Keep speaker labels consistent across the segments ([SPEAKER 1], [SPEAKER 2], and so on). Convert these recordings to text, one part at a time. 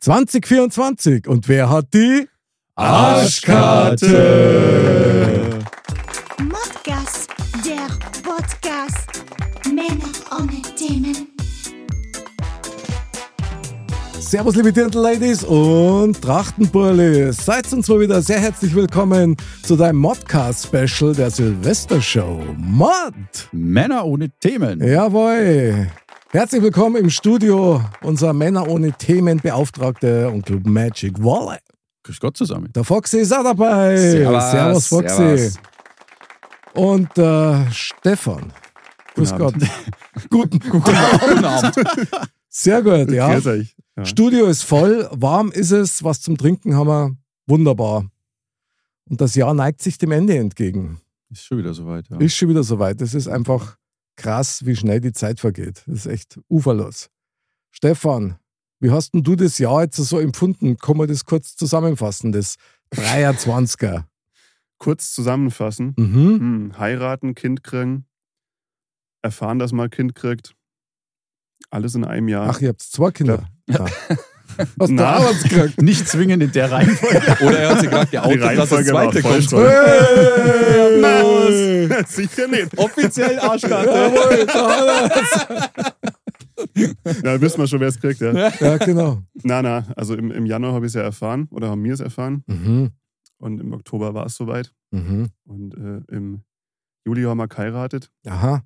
[SPEAKER 1] 2024 und wer hat die Arschkarte?
[SPEAKER 2] Modcast, der Podcast. Männer ohne Themen.
[SPEAKER 1] Servus liebe Dirndl-Ladies und Trachtenburli. Seid uns mal wieder sehr herzlich willkommen zu deinem Modcast-Special der Silvestershow. Mod!
[SPEAKER 3] Männer ohne Themen.
[SPEAKER 1] Jawohl! Herzlich willkommen im Studio unser Männer ohne Themen Beauftragte Onkel Magic Walle.
[SPEAKER 3] Grüß Gott zusammen.
[SPEAKER 1] Der Foxy ist auch dabei.
[SPEAKER 4] Servus,
[SPEAKER 1] Foxy.
[SPEAKER 4] servus.
[SPEAKER 1] Und äh, Stefan. Grüß Gott.
[SPEAKER 3] Abend. Guten, guten Abend.
[SPEAKER 1] Sehr gut, ja.
[SPEAKER 3] Grüß euch. Ja.
[SPEAKER 1] Studio ist voll, warm ist es, was zum Trinken haben wir. Wunderbar. Und das Jahr neigt sich dem Ende entgegen.
[SPEAKER 3] Ist schon wieder soweit. Ja.
[SPEAKER 1] Ist schon wieder soweit. Es ist einfach krass, wie schnell die Zeit vergeht. Das ist echt uferlos. Stefan, wie hast denn du das Jahr jetzt so empfunden? Kann man das kurz zusammenfassen, das 23er?
[SPEAKER 5] kurz zusammenfassen.
[SPEAKER 1] Mhm.
[SPEAKER 5] Hm, heiraten, Kind kriegen, erfahren, dass man ein Kind kriegt. Alles in einem Jahr.
[SPEAKER 1] Ach, ihr habt zwei Kinder. Ja. Hast du
[SPEAKER 5] Na.
[SPEAKER 1] auch was gekriegt?
[SPEAKER 3] Nicht zwingend in der Reihenfolge.
[SPEAKER 4] Oder er hat sich gerade geoutet,
[SPEAKER 5] Die
[SPEAKER 4] dass das
[SPEAKER 5] Reihenfolge war
[SPEAKER 4] zweite
[SPEAKER 5] voll
[SPEAKER 4] kommt.
[SPEAKER 5] toll.
[SPEAKER 1] Hey!
[SPEAKER 5] Sicher nicht.
[SPEAKER 1] Oh.
[SPEAKER 3] Offiziell Arschkarte.
[SPEAKER 1] Jawohl, da hat er's.
[SPEAKER 5] Na, wissen wir schon, wer es kriegt, ja.
[SPEAKER 1] Ja, genau.
[SPEAKER 5] Na, na, also im, im Januar habe ich es ja erfahren oder haben wir es erfahren.
[SPEAKER 1] Mhm.
[SPEAKER 5] Und im Oktober war es soweit.
[SPEAKER 1] Mhm.
[SPEAKER 5] Und äh, im Juli haben wir geheiratet.
[SPEAKER 1] Aha.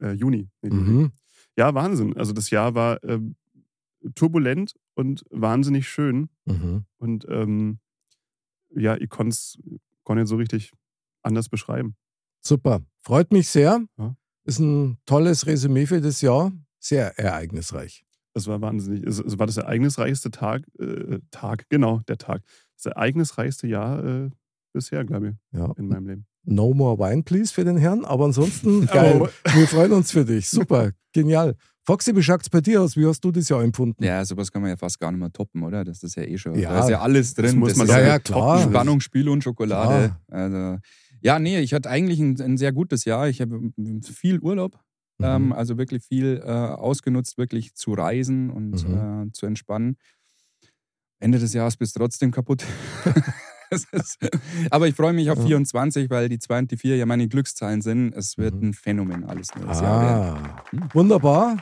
[SPEAKER 5] Äh, Juni. Nee, Juli.
[SPEAKER 1] Mhm.
[SPEAKER 5] Ja, Wahnsinn. Also das Jahr war ähm, turbulent und wahnsinnig schön.
[SPEAKER 1] Mhm.
[SPEAKER 5] Und ähm, ja, ich konnte es nicht so richtig anders beschreiben.
[SPEAKER 1] Super. Freut mich sehr.
[SPEAKER 5] Ja.
[SPEAKER 1] Ist ein tolles Resümee für das Jahr. Sehr ereignisreich.
[SPEAKER 5] Es war wahnsinnig. Es, es war das ereignisreichste Tag, äh, Tag, genau, der Tag. Das ereignisreichste Jahr äh, bisher, glaube ich,
[SPEAKER 1] Ja.
[SPEAKER 5] in meinem Leben.
[SPEAKER 1] No more wine, please, für den Herrn. Aber ansonsten, geil.
[SPEAKER 5] Oh.
[SPEAKER 1] Wir freuen uns für dich. Super. Genial. Foxy, wie schaut's bei dir aus? Wie hast du das Jahr empfunden?
[SPEAKER 4] Ja, sowas kann man ja fast gar nicht mehr toppen, oder? Das ist ja eh schon.
[SPEAKER 1] Ja.
[SPEAKER 4] Da ist ja alles drin.
[SPEAKER 5] Das muss man
[SPEAKER 4] ist
[SPEAKER 5] ja,
[SPEAKER 1] ja, klar.
[SPEAKER 4] Spannung, Spiel und Schokolade. Also, ja, nee, ich hatte eigentlich ein, ein sehr gutes Jahr. Ich habe viel Urlaub,
[SPEAKER 1] Mhm.
[SPEAKER 4] ähm,
[SPEAKER 3] Mhm.
[SPEAKER 4] also wirklich viel äh, ausgenutzt, wirklich zu reisen und
[SPEAKER 3] Mhm.
[SPEAKER 4] äh, zu entspannen. Ende des Jahres bist du trotzdem kaputt. Es ist, aber ich freue mich auf
[SPEAKER 1] Ja.
[SPEAKER 4] 24, weil die 2 und die 4 ja meine Glückszahlen sind. Es wird
[SPEAKER 1] Mhm.
[SPEAKER 4] ein Phänomen alles neues Jahr werden.
[SPEAKER 1] Ah, wunderbar.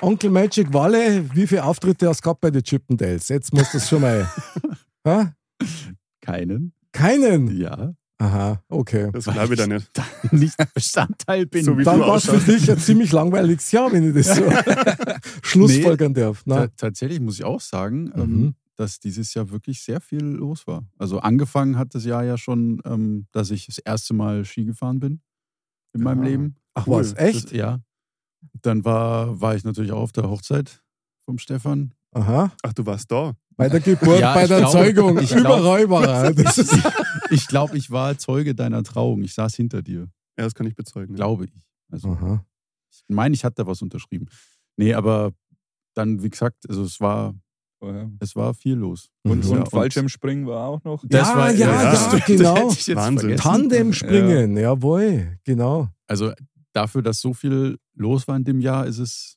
[SPEAKER 1] Onkel Magic Walle, wie viele Auftritte hast du gehabt bei den Chippendales? Jetzt muss das schon mal. Hä?
[SPEAKER 3] Keinen.
[SPEAKER 4] Hm.
[SPEAKER 1] Keinen?
[SPEAKER 3] Ja.
[SPEAKER 1] Aha, okay.
[SPEAKER 5] Das glaube ich da nicht.
[SPEAKER 3] Nicht Bestandteil bin.
[SPEAKER 5] So wie
[SPEAKER 1] Dann
[SPEAKER 5] du
[SPEAKER 1] war es für
[SPEAKER 5] ausschaust.
[SPEAKER 1] dich ein ziemlich langweiliges Jahr, wenn ich das so schlussfolgern darf.
[SPEAKER 3] Ta-
[SPEAKER 1] Nein.
[SPEAKER 3] tatsächlich muss ich auch sagen,
[SPEAKER 1] Mhm.
[SPEAKER 3] ähm, dass dieses Jahr wirklich sehr viel los war. Also angefangen hat das Jahr ja schon, ähm, dass ich das erste Mal Ski gefahren bin in meinem
[SPEAKER 5] Ah.
[SPEAKER 3] Leben.
[SPEAKER 1] Ach was, echt?
[SPEAKER 3] Das, ja. Dann war, war ich natürlich auch auf der Hochzeit vom Stefan.
[SPEAKER 1] Aha.
[SPEAKER 5] Ach, du warst da.
[SPEAKER 1] Bei der Geburt,
[SPEAKER 3] Ja,
[SPEAKER 1] bei
[SPEAKER 3] ich
[SPEAKER 1] der
[SPEAKER 3] glaub-
[SPEAKER 1] Zeugung,
[SPEAKER 3] ich glaub-
[SPEAKER 1] überall war er. Das ist,
[SPEAKER 3] Ich glaube, ich war Zeuge deiner Trauung. Ich saß hinter dir,
[SPEAKER 5] Ja, das kann ich bezeugen. ja.
[SPEAKER 3] glaube ich. Also
[SPEAKER 1] Aha.
[SPEAKER 3] ich meine, ich hatte was unterschrieben. Nee, aber dann, wie gesagt, also es war,
[SPEAKER 4] Vorher.
[SPEAKER 3] es war viel los.
[SPEAKER 1] Mhm.
[SPEAKER 4] Und,
[SPEAKER 3] ja,
[SPEAKER 4] und Fallschirmspringen war auch noch.
[SPEAKER 1] Ja, ja,
[SPEAKER 5] ja,
[SPEAKER 3] stimmt,
[SPEAKER 1] genau.
[SPEAKER 3] das hätte ich jetzt
[SPEAKER 5] Wahnsinn.
[SPEAKER 3] vergessen.
[SPEAKER 1] Tandem springen, jawohl, genau.
[SPEAKER 3] Also dafür, dass so viel los war in dem Jahr, ist es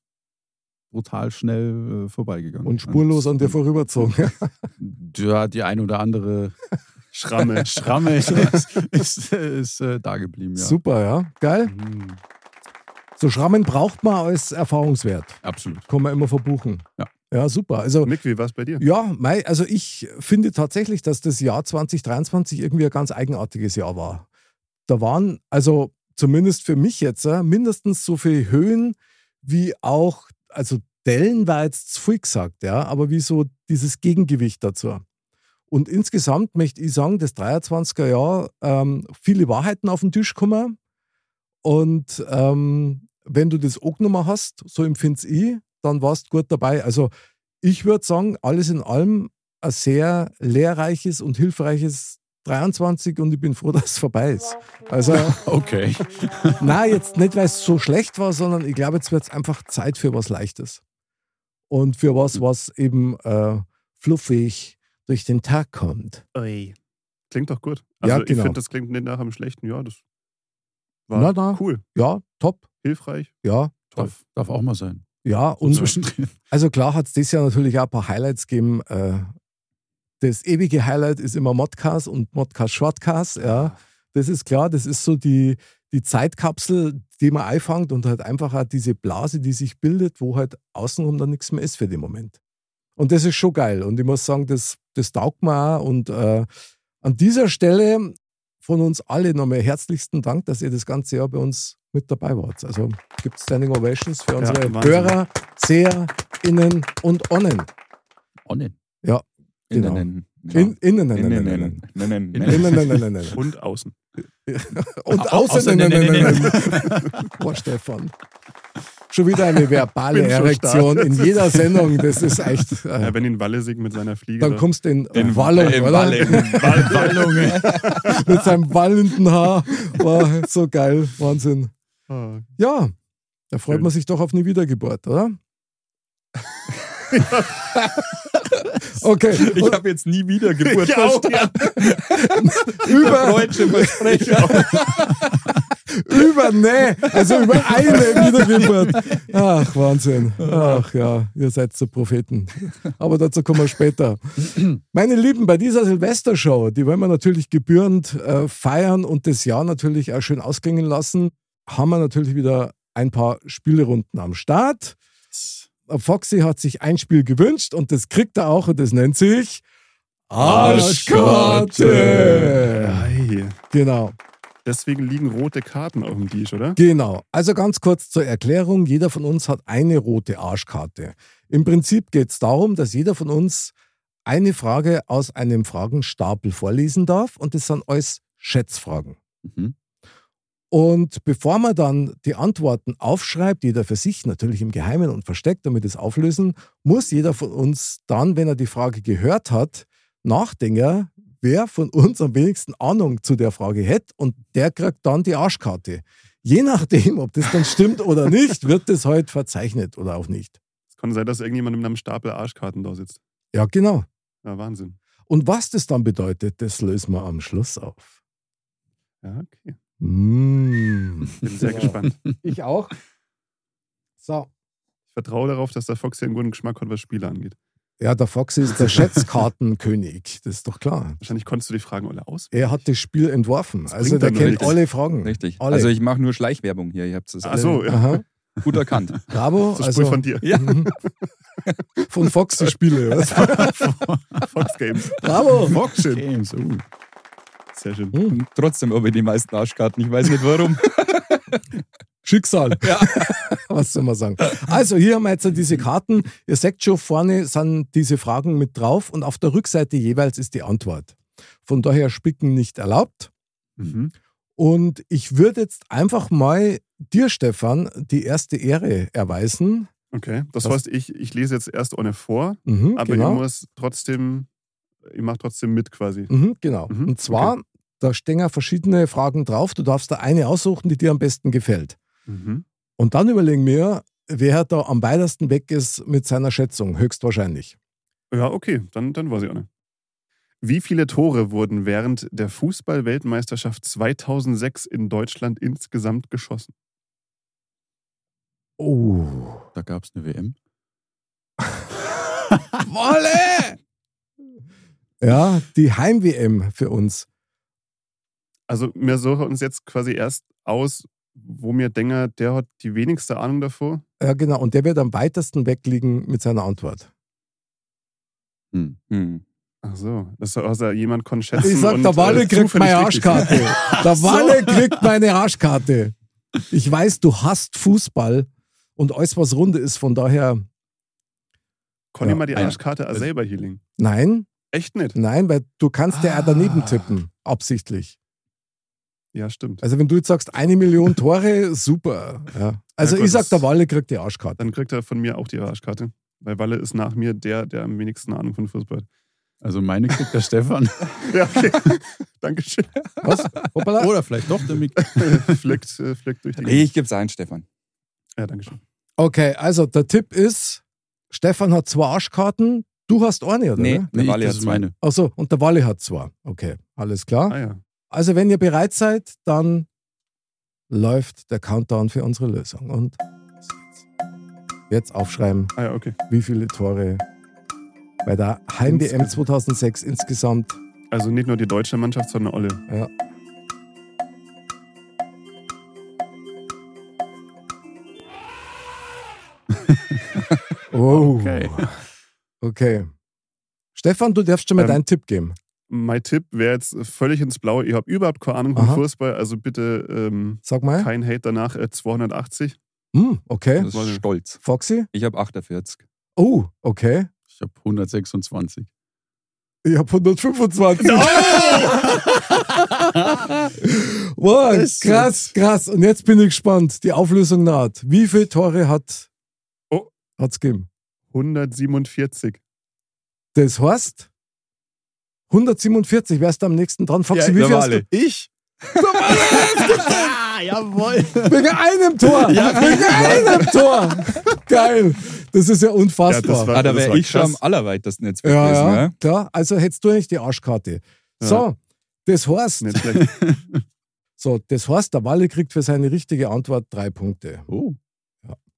[SPEAKER 3] brutal schnell äh, vorbeigegangen.
[SPEAKER 1] Und spurlos an dir vorüberzogen.
[SPEAKER 3] Ja, die ein oder andere
[SPEAKER 5] Schramme.
[SPEAKER 3] Schramme ist, ist, ist äh, da geblieben, ja. Mhm,
[SPEAKER 1] Super, ja. Geil.
[SPEAKER 5] Hm.
[SPEAKER 1] So Schrammen braucht man als Erfahrungswert.
[SPEAKER 3] Absolut.
[SPEAKER 1] Kann man immer verbuchen.
[SPEAKER 3] Ja.
[SPEAKER 1] Ja, super. Also,
[SPEAKER 5] Mick, wie war es bei dir?
[SPEAKER 1] ja, mei, also ich finde tatsächlich, dass das Jahr 2023 irgendwie ein ganz eigenartiges Jahr war. Da waren, also zumindest für mich jetzt, äh, mindestens so viele Höhen wie auch, also Dellen war jetzt zu viel gesagt, ja, aber wie so dieses Gegengewicht dazu. Und insgesamt möchte ich sagen, das 23er Jahr, ähm, viele Wahrheiten auf den Tisch kommen. Und ähm, wenn du das auch nochmal hast, so empfinde ich, dann warst du gut dabei. Also ich würde sagen, alles in allem ein sehr lehrreiches und hilfreiches 23 und ich bin froh, dass es vorbei ist. Also,
[SPEAKER 3] Okay.
[SPEAKER 1] na jetzt nicht, weil es so schlecht war, sondern ich glaube, jetzt wird es einfach Zeit für was Leichtes. Und für was, was eben äh, fluffig durch den Tag kommt.
[SPEAKER 5] Ui. Klingt doch gut.
[SPEAKER 1] Ja,
[SPEAKER 5] Also ich
[SPEAKER 1] genau.
[SPEAKER 5] finde, das klingt nicht nach einem schlechten Jahr. Das war
[SPEAKER 1] Na, na.
[SPEAKER 5] cool,
[SPEAKER 1] Ja, top.
[SPEAKER 5] hilfreich.
[SPEAKER 1] Ja,
[SPEAKER 3] Darf, darf auch mal sein.
[SPEAKER 1] ja.
[SPEAKER 3] Und
[SPEAKER 1] Und
[SPEAKER 3] zwischendrin.
[SPEAKER 1] Also klar hat es dieses Jahr natürlich auch ein paar Highlights gegeben. Äh, Das ewige Highlight ist immer Modcast und Modcast Shortcast. Ja. Das ist klar, das ist so die, die Zeitkapsel, die man einfängt und halt einfach auch diese Blase, die sich bildet, wo halt außenrum dann nichts mehr ist für den Moment. Und das ist schon geil. Und ich muss sagen, das, das taugt mir auch. Und äh, an dieser Stelle von uns alle nochmal herzlichsten Dank, dass ihr das ganze Jahr bei uns mit dabei wart. Also gibt Standing Ovations für unsere
[SPEAKER 5] Wahnsinn.
[SPEAKER 1] Hörer, Seher, Innen und Onnen.
[SPEAKER 3] Onnen.
[SPEAKER 4] In
[SPEAKER 1] Genau.
[SPEAKER 4] den
[SPEAKER 1] In, innen,
[SPEAKER 4] In
[SPEAKER 1] innen,
[SPEAKER 4] den
[SPEAKER 1] innen.
[SPEAKER 4] Nennen.
[SPEAKER 1] Innen, innen, innen, innen.
[SPEAKER 5] Und außen.
[SPEAKER 1] Und außen, innen, innen, innen. Boah, Stefan. Schon wieder eine verbale
[SPEAKER 5] Bin schon
[SPEAKER 1] Erektion
[SPEAKER 5] stark.
[SPEAKER 1] in jeder Sendung. Das ist echt.
[SPEAKER 5] Ja,
[SPEAKER 1] Äh,
[SPEAKER 5] wenn ihn Wallesig mit seiner Fliege.
[SPEAKER 1] dann kommst du in, Wallung, oder? Mit seinem wallenden Haar. War so geil. Wahnsinn.
[SPEAKER 5] Ah,
[SPEAKER 1] Ja, da freut
[SPEAKER 5] Schön.
[SPEAKER 1] man sich doch auf eine Wiedergeburt, oder? okay,
[SPEAKER 4] Ich habe jetzt nie wieder Geburt
[SPEAKER 5] Ich auch,
[SPEAKER 4] verstanden.
[SPEAKER 1] über,
[SPEAKER 4] Deutsche Versprecher.
[SPEAKER 1] über, nee, also über eine Wiedergeburt. Ach, Wahnsinn. Ach ja, ihr seid so Propheten. Aber dazu kommen wir später. Meine Lieben, bei dieser Silvestershow, die wollen wir natürlich gebührend äh, feiern und das Jahr natürlich auch schön ausklingen lassen, haben wir natürlich wieder ein paar Spielerunden am Start. Äh, Foxy hat sich ein Spiel gewünscht und das kriegt er auch und das nennt sich Arschkarte.
[SPEAKER 5] ei.
[SPEAKER 1] Genau,
[SPEAKER 5] Deswegen liegen rote Karten auf dem Tisch, oder?
[SPEAKER 1] genau. Also ganz kurz zur Erklärung, jeder von uns hat eine rote Arschkarte. Im Prinzip geht es darum, dass jeder von uns eine Frage aus einem Fragenstapel vorlesen darf und das sind alles Schätzfragen.
[SPEAKER 3] Mhm.
[SPEAKER 1] Und bevor man dann die Antworten aufschreibt, jeder für sich natürlich im Geheimen und versteckt, damit es auflösen, muss jeder von uns dann, wenn er die Frage gehört hat, nachdenken, wer von uns am wenigsten Ahnung zu der Frage hätte und der kriegt dann die Arschkarte. Je nachdem, ob das dann stimmt oder nicht, wird das heute verzeichnet oder auch nicht.
[SPEAKER 5] Es kann sein, dass irgendjemand mit einem Stapel Arschkarten da sitzt.
[SPEAKER 1] Ja, genau.
[SPEAKER 5] Ja, Wahnsinn.
[SPEAKER 1] Und was das dann bedeutet, das lösen wir am Schluss auf.
[SPEAKER 5] Ja, okay.
[SPEAKER 1] Mmh.
[SPEAKER 5] Bin sehr
[SPEAKER 1] Ja.
[SPEAKER 5] gespannt.
[SPEAKER 1] Ich auch. So.
[SPEAKER 5] Ich vertraue darauf, dass der Fox hier einen guten Geschmack hat, was Spiele angeht.
[SPEAKER 1] Ja, der Fox ist der Schätzkartenkönig. Das ist doch klar.
[SPEAKER 5] Wahrscheinlich konntest du die Fragen alle aus.
[SPEAKER 1] Er hat das Spiel entworfen.
[SPEAKER 5] Das
[SPEAKER 1] also
[SPEAKER 5] bringt
[SPEAKER 1] der
[SPEAKER 5] dann
[SPEAKER 1] kennt
[SPEAKER 5] nichts.
[SPEAKER 1] alle Fragen.
[SPEAKER 4] Richtig.
[SPEAKER 1] Alle.
[SPEAKER 4] Also ich mache nur Schleichwerbung hier. Ihr habt es
[SPEAKER 5] Ach so, ja.
[SPEAKER 1] Aha.
[SPEAKER 4] gut erkannt.
[SPEAKER 1] Bravo.
[SPEAKER 5] Das ist
[SPEAKER 1] also,
[SPEAKER 5] Spiel von dir.
[SPEAKER 4] Ja.
[SPEAKER 1] Mhm. Von Fox die Spiele. Was?
[SPEAKER 5] Fox Games.
[SPEAKER 1] Bravo.
[SPEAKER 3] Games. Uh.
[SPEAKER 5] Sehr schön.
[SPEAKER 1] Mhm.
[SPEAKER 4] Und trotzdem habe ich die meisten Arschkarten. Ich weiß nicht warum.
[SPEAKER 1] Schicksal. Was soll man sagen? Also, hier haben wir jetzt diese Karten. Ihr seht schon, vorne sind diese Fragen mit drauf und auf der Rückseite jeweils ist die Antwort. Von daher Spicken nicht erlaubt.
[SPEAKER 5] Mhm.
[SPEAKER 1] Und ich würde jetzt einfach mal dir, Stefan, die erste Ehre erweisen.
[SPEAKER 5] Okay. Das
[SPEAKER 1] Das-
[SPEAKER 5] heißt, ich, ich lese jetzt erst ohne vor,
[SPEAKER 1] Mhm,
[SPEAKER 5] aber ich
[SPEAKER 1] genau.
[SPEAKER 5] muss trotzdem, ich mache trotzdem mit quasi.
[SPEAKER 1] Mhm, genau.
[SPEAKER 5] Mhm,
[SPEAKER 1] Und zwar, da stehen ja verschiedene Fragen drauf. Du darfst da eine aussuchen, die dir am besten gefällt.
[SPEAKER 5] Mhm.
[SPEAKER 1] Und dann überlegen wir, wer da am weitesten weg ist mit seiner Schätzung, höchstwahrscheinlich.
[SPEAKER 5] Ja, okay, dann, dann weiß ich auch nicht. Wie viele Tore wurden während der Fußball-Weltmeisterschaft 2006 in Deutschland insgesamt geschossen?
[SPEAKER 1] Oh.
[SPEAKER 3] Da gab es eine WM.
[SPEAKER 1] Wolle! Ja, die Heim-WM für uns.
[SPEAKER 5] Also, wir suchen uns jetzt quasi erst aus, wo mir denke, der hat die wenigste Ahnung davor.
[SPEAKER 1] Ja, genau. Und der wird am weitesten wegliegen mit seiner Antwort.
[SPEAKER 3] Hm.
[SPEAKER 4] Hm.
[SPEAKER 5] Ach so, das soll also jemand kann schätzen.
[SPEAKER 1] Ich sag,
[SPEAKER 5] und,
[SPEAKER 1] der Walle
[SPEAKER 5] äh,
[SPEAKER 1] kriegt
[SPEAKER 5] zufällig
[SPEAKER 1] meine
[SPEAKER 5] richtig.
[SPEAKER 1] Arschkarte. Der Walle kriegt meine Arschkarte. Ich weiß, du hasst Fußball und alles, was runde ist, von daher.
[SPEAKER 5] Kann
[SPEAKER 1] Ja,
[SPEAKER 5] ich mal die
[SPEAKER 3] einer.
[SPEAKER 5] Arschkarte auch selber hier legen?
[SPEAKER 1] Nein,
[SPEAKER 5] Echt nicht?
[SPEAKER 1] Hm.
[SPEAKER 5] Ah.
[SPEAKER 1] nein, weil du kannst ja auch daneben tippen, absichtlich.
[SPEAKER 5] Ja, stimmt.
[SPEAKER 1] Also wenn du jetzt sagst, eine Million Tore, super. Ja. Also
[SPEAKER 5] gut,
[SPEAKER 1] ich sag,
[SPEAKER 5] das-
[SPEAKER 1] der Walle kriegt die Arschkarte.
[SPEAKER 5] Dann kriegt er von mir auch die Arschkarte. Weil Walle ist nach mir der, der am wenigsten Ahnung von Fußball hat.
[SPEAKER 3] Also meine kriegt der Stefan.
[SPEAKER 5] Ja, okay. Dankeschön.
[SPEAKER 1] Was? Hoppala.
[SPEAKER 3] Oder vielleicht doch der Mick.
[SPEAKER 5] Fleckt, äh, fleckt durch die
[SPEAKER 4] Ich geb's ein, Stefan.
[SPEAKER 5] Ja, Dankeschön.
[SPEAKER 1] Okay, also der Tipp ist, Stefan hat zwei Arschkarten, du hast eine, oder?
[SPEAKER 4] Nee.
[SPEAKER 1] ne?
[SPEAKER 3] Nee, ich,
[SPEAKER 4] Wally
[SPEAKER 3] das
[SPEAKER 4] hat
[SPEAKER 3] ist
[SPEAKER 4] zwei.
[SPEAKER 3] meine.
[SPEAKER 1] Achso, und der Walle hat zwei. Okay, alles klar.
[SPEAKER 5] Ah ja.
[SPEAKER 1] Also wenn ihr bereit seid, dann läuft der Countdown für unsere Lösung. Und los geht's. jetzt aufschreiben,
[SPEAKER 5] Ah ja, okay.
[SPEAKER 1] wie viele Tore bei der Heim-WM 2006 insgesamt.
[SPEAKER 5] Also nicht nur die deutsche Mannschaft, sondern alle.
[SPEAKER 1] Ja. Oh.
[SPEAKER 3] Okay.
[SPEAKER 1] Okay. Stefan, du darfst schon mal
[SPEAKER 5] Ähm,
[SPEAKER 1] deinen Tipp geben.
[SPEAKER 5] Mein Tipp wäre jetzt völlig ins Blaue. Ich habe überhaupt keine Ahnung vom
[SPEAKER 1] Aha.
[SPEAKER 5] Fußball, also bitte ähm,
[SPEAKER 1] Sag mal.
[SPEAKER 5] kein Hate danach. Äh, 280.
[SPEAKER 1] Hm, okay.
[SPEAKER 4] Das ist stolz.
[SPEAKER 1] Foxy?
[SPEAKER 4] Ich habe 48.
[SPEAKER 1] Oh, okay.
[SPEAKER 3] Ich habe 126.
[SPEAKER 1] Ich habe 125.
[SPEAKER 4] Ah,
[SPEAKER 1] Wow,
[SPEAKER 3] Das ist
[SPEAKER 1] krass, krass. Und jetzt bin ich gespannt. Die Auflösung naht. Wie viele Tore hat
[SPEAKER 5] Oh.
[SPEAKER 1] hat's gegeben?
[SPEAKER 5] 147.
[SPEAKER 1] Das heißt 147. Wer ist da am nächsten dran? Foxy, wie viel hast du?
[SPEAKER 3] Ich? Ah, jawohl.
[SPEAKER 1] Wegen einem Tor! Wegen einem Tor! Geil! Das ist ja
[SPEAKER 5] Ja, das
[SPEAKER 1] unfassbar.
[SPEAKER 5] war-
[SPEAKER 4] Ah, da
[SPEAKER 5] das
[SPEAKER 4] wäre
[SPEAKER 5] war
[SPEAKER 4] ich schon
[SPEAKER 5] krass.
[SPEAKER 4] am allerweitesten jetzt
[SPEAKER 1] Ja,
[SPEAKER 4] gewesen.
[SPEAKER 1] ja,
[SPEAKER 4] Ne?
[SPEAKER 1] klar. Also hättest du nicht die Arschkarte. So, das heißt,
[SPEAKER 5] Nicht schlecht.
[SPEAKER 1] so, das heißt, der Walle kriegt für seine richtige Antwort drei Punkte.
[SPEAKER 3] Oh,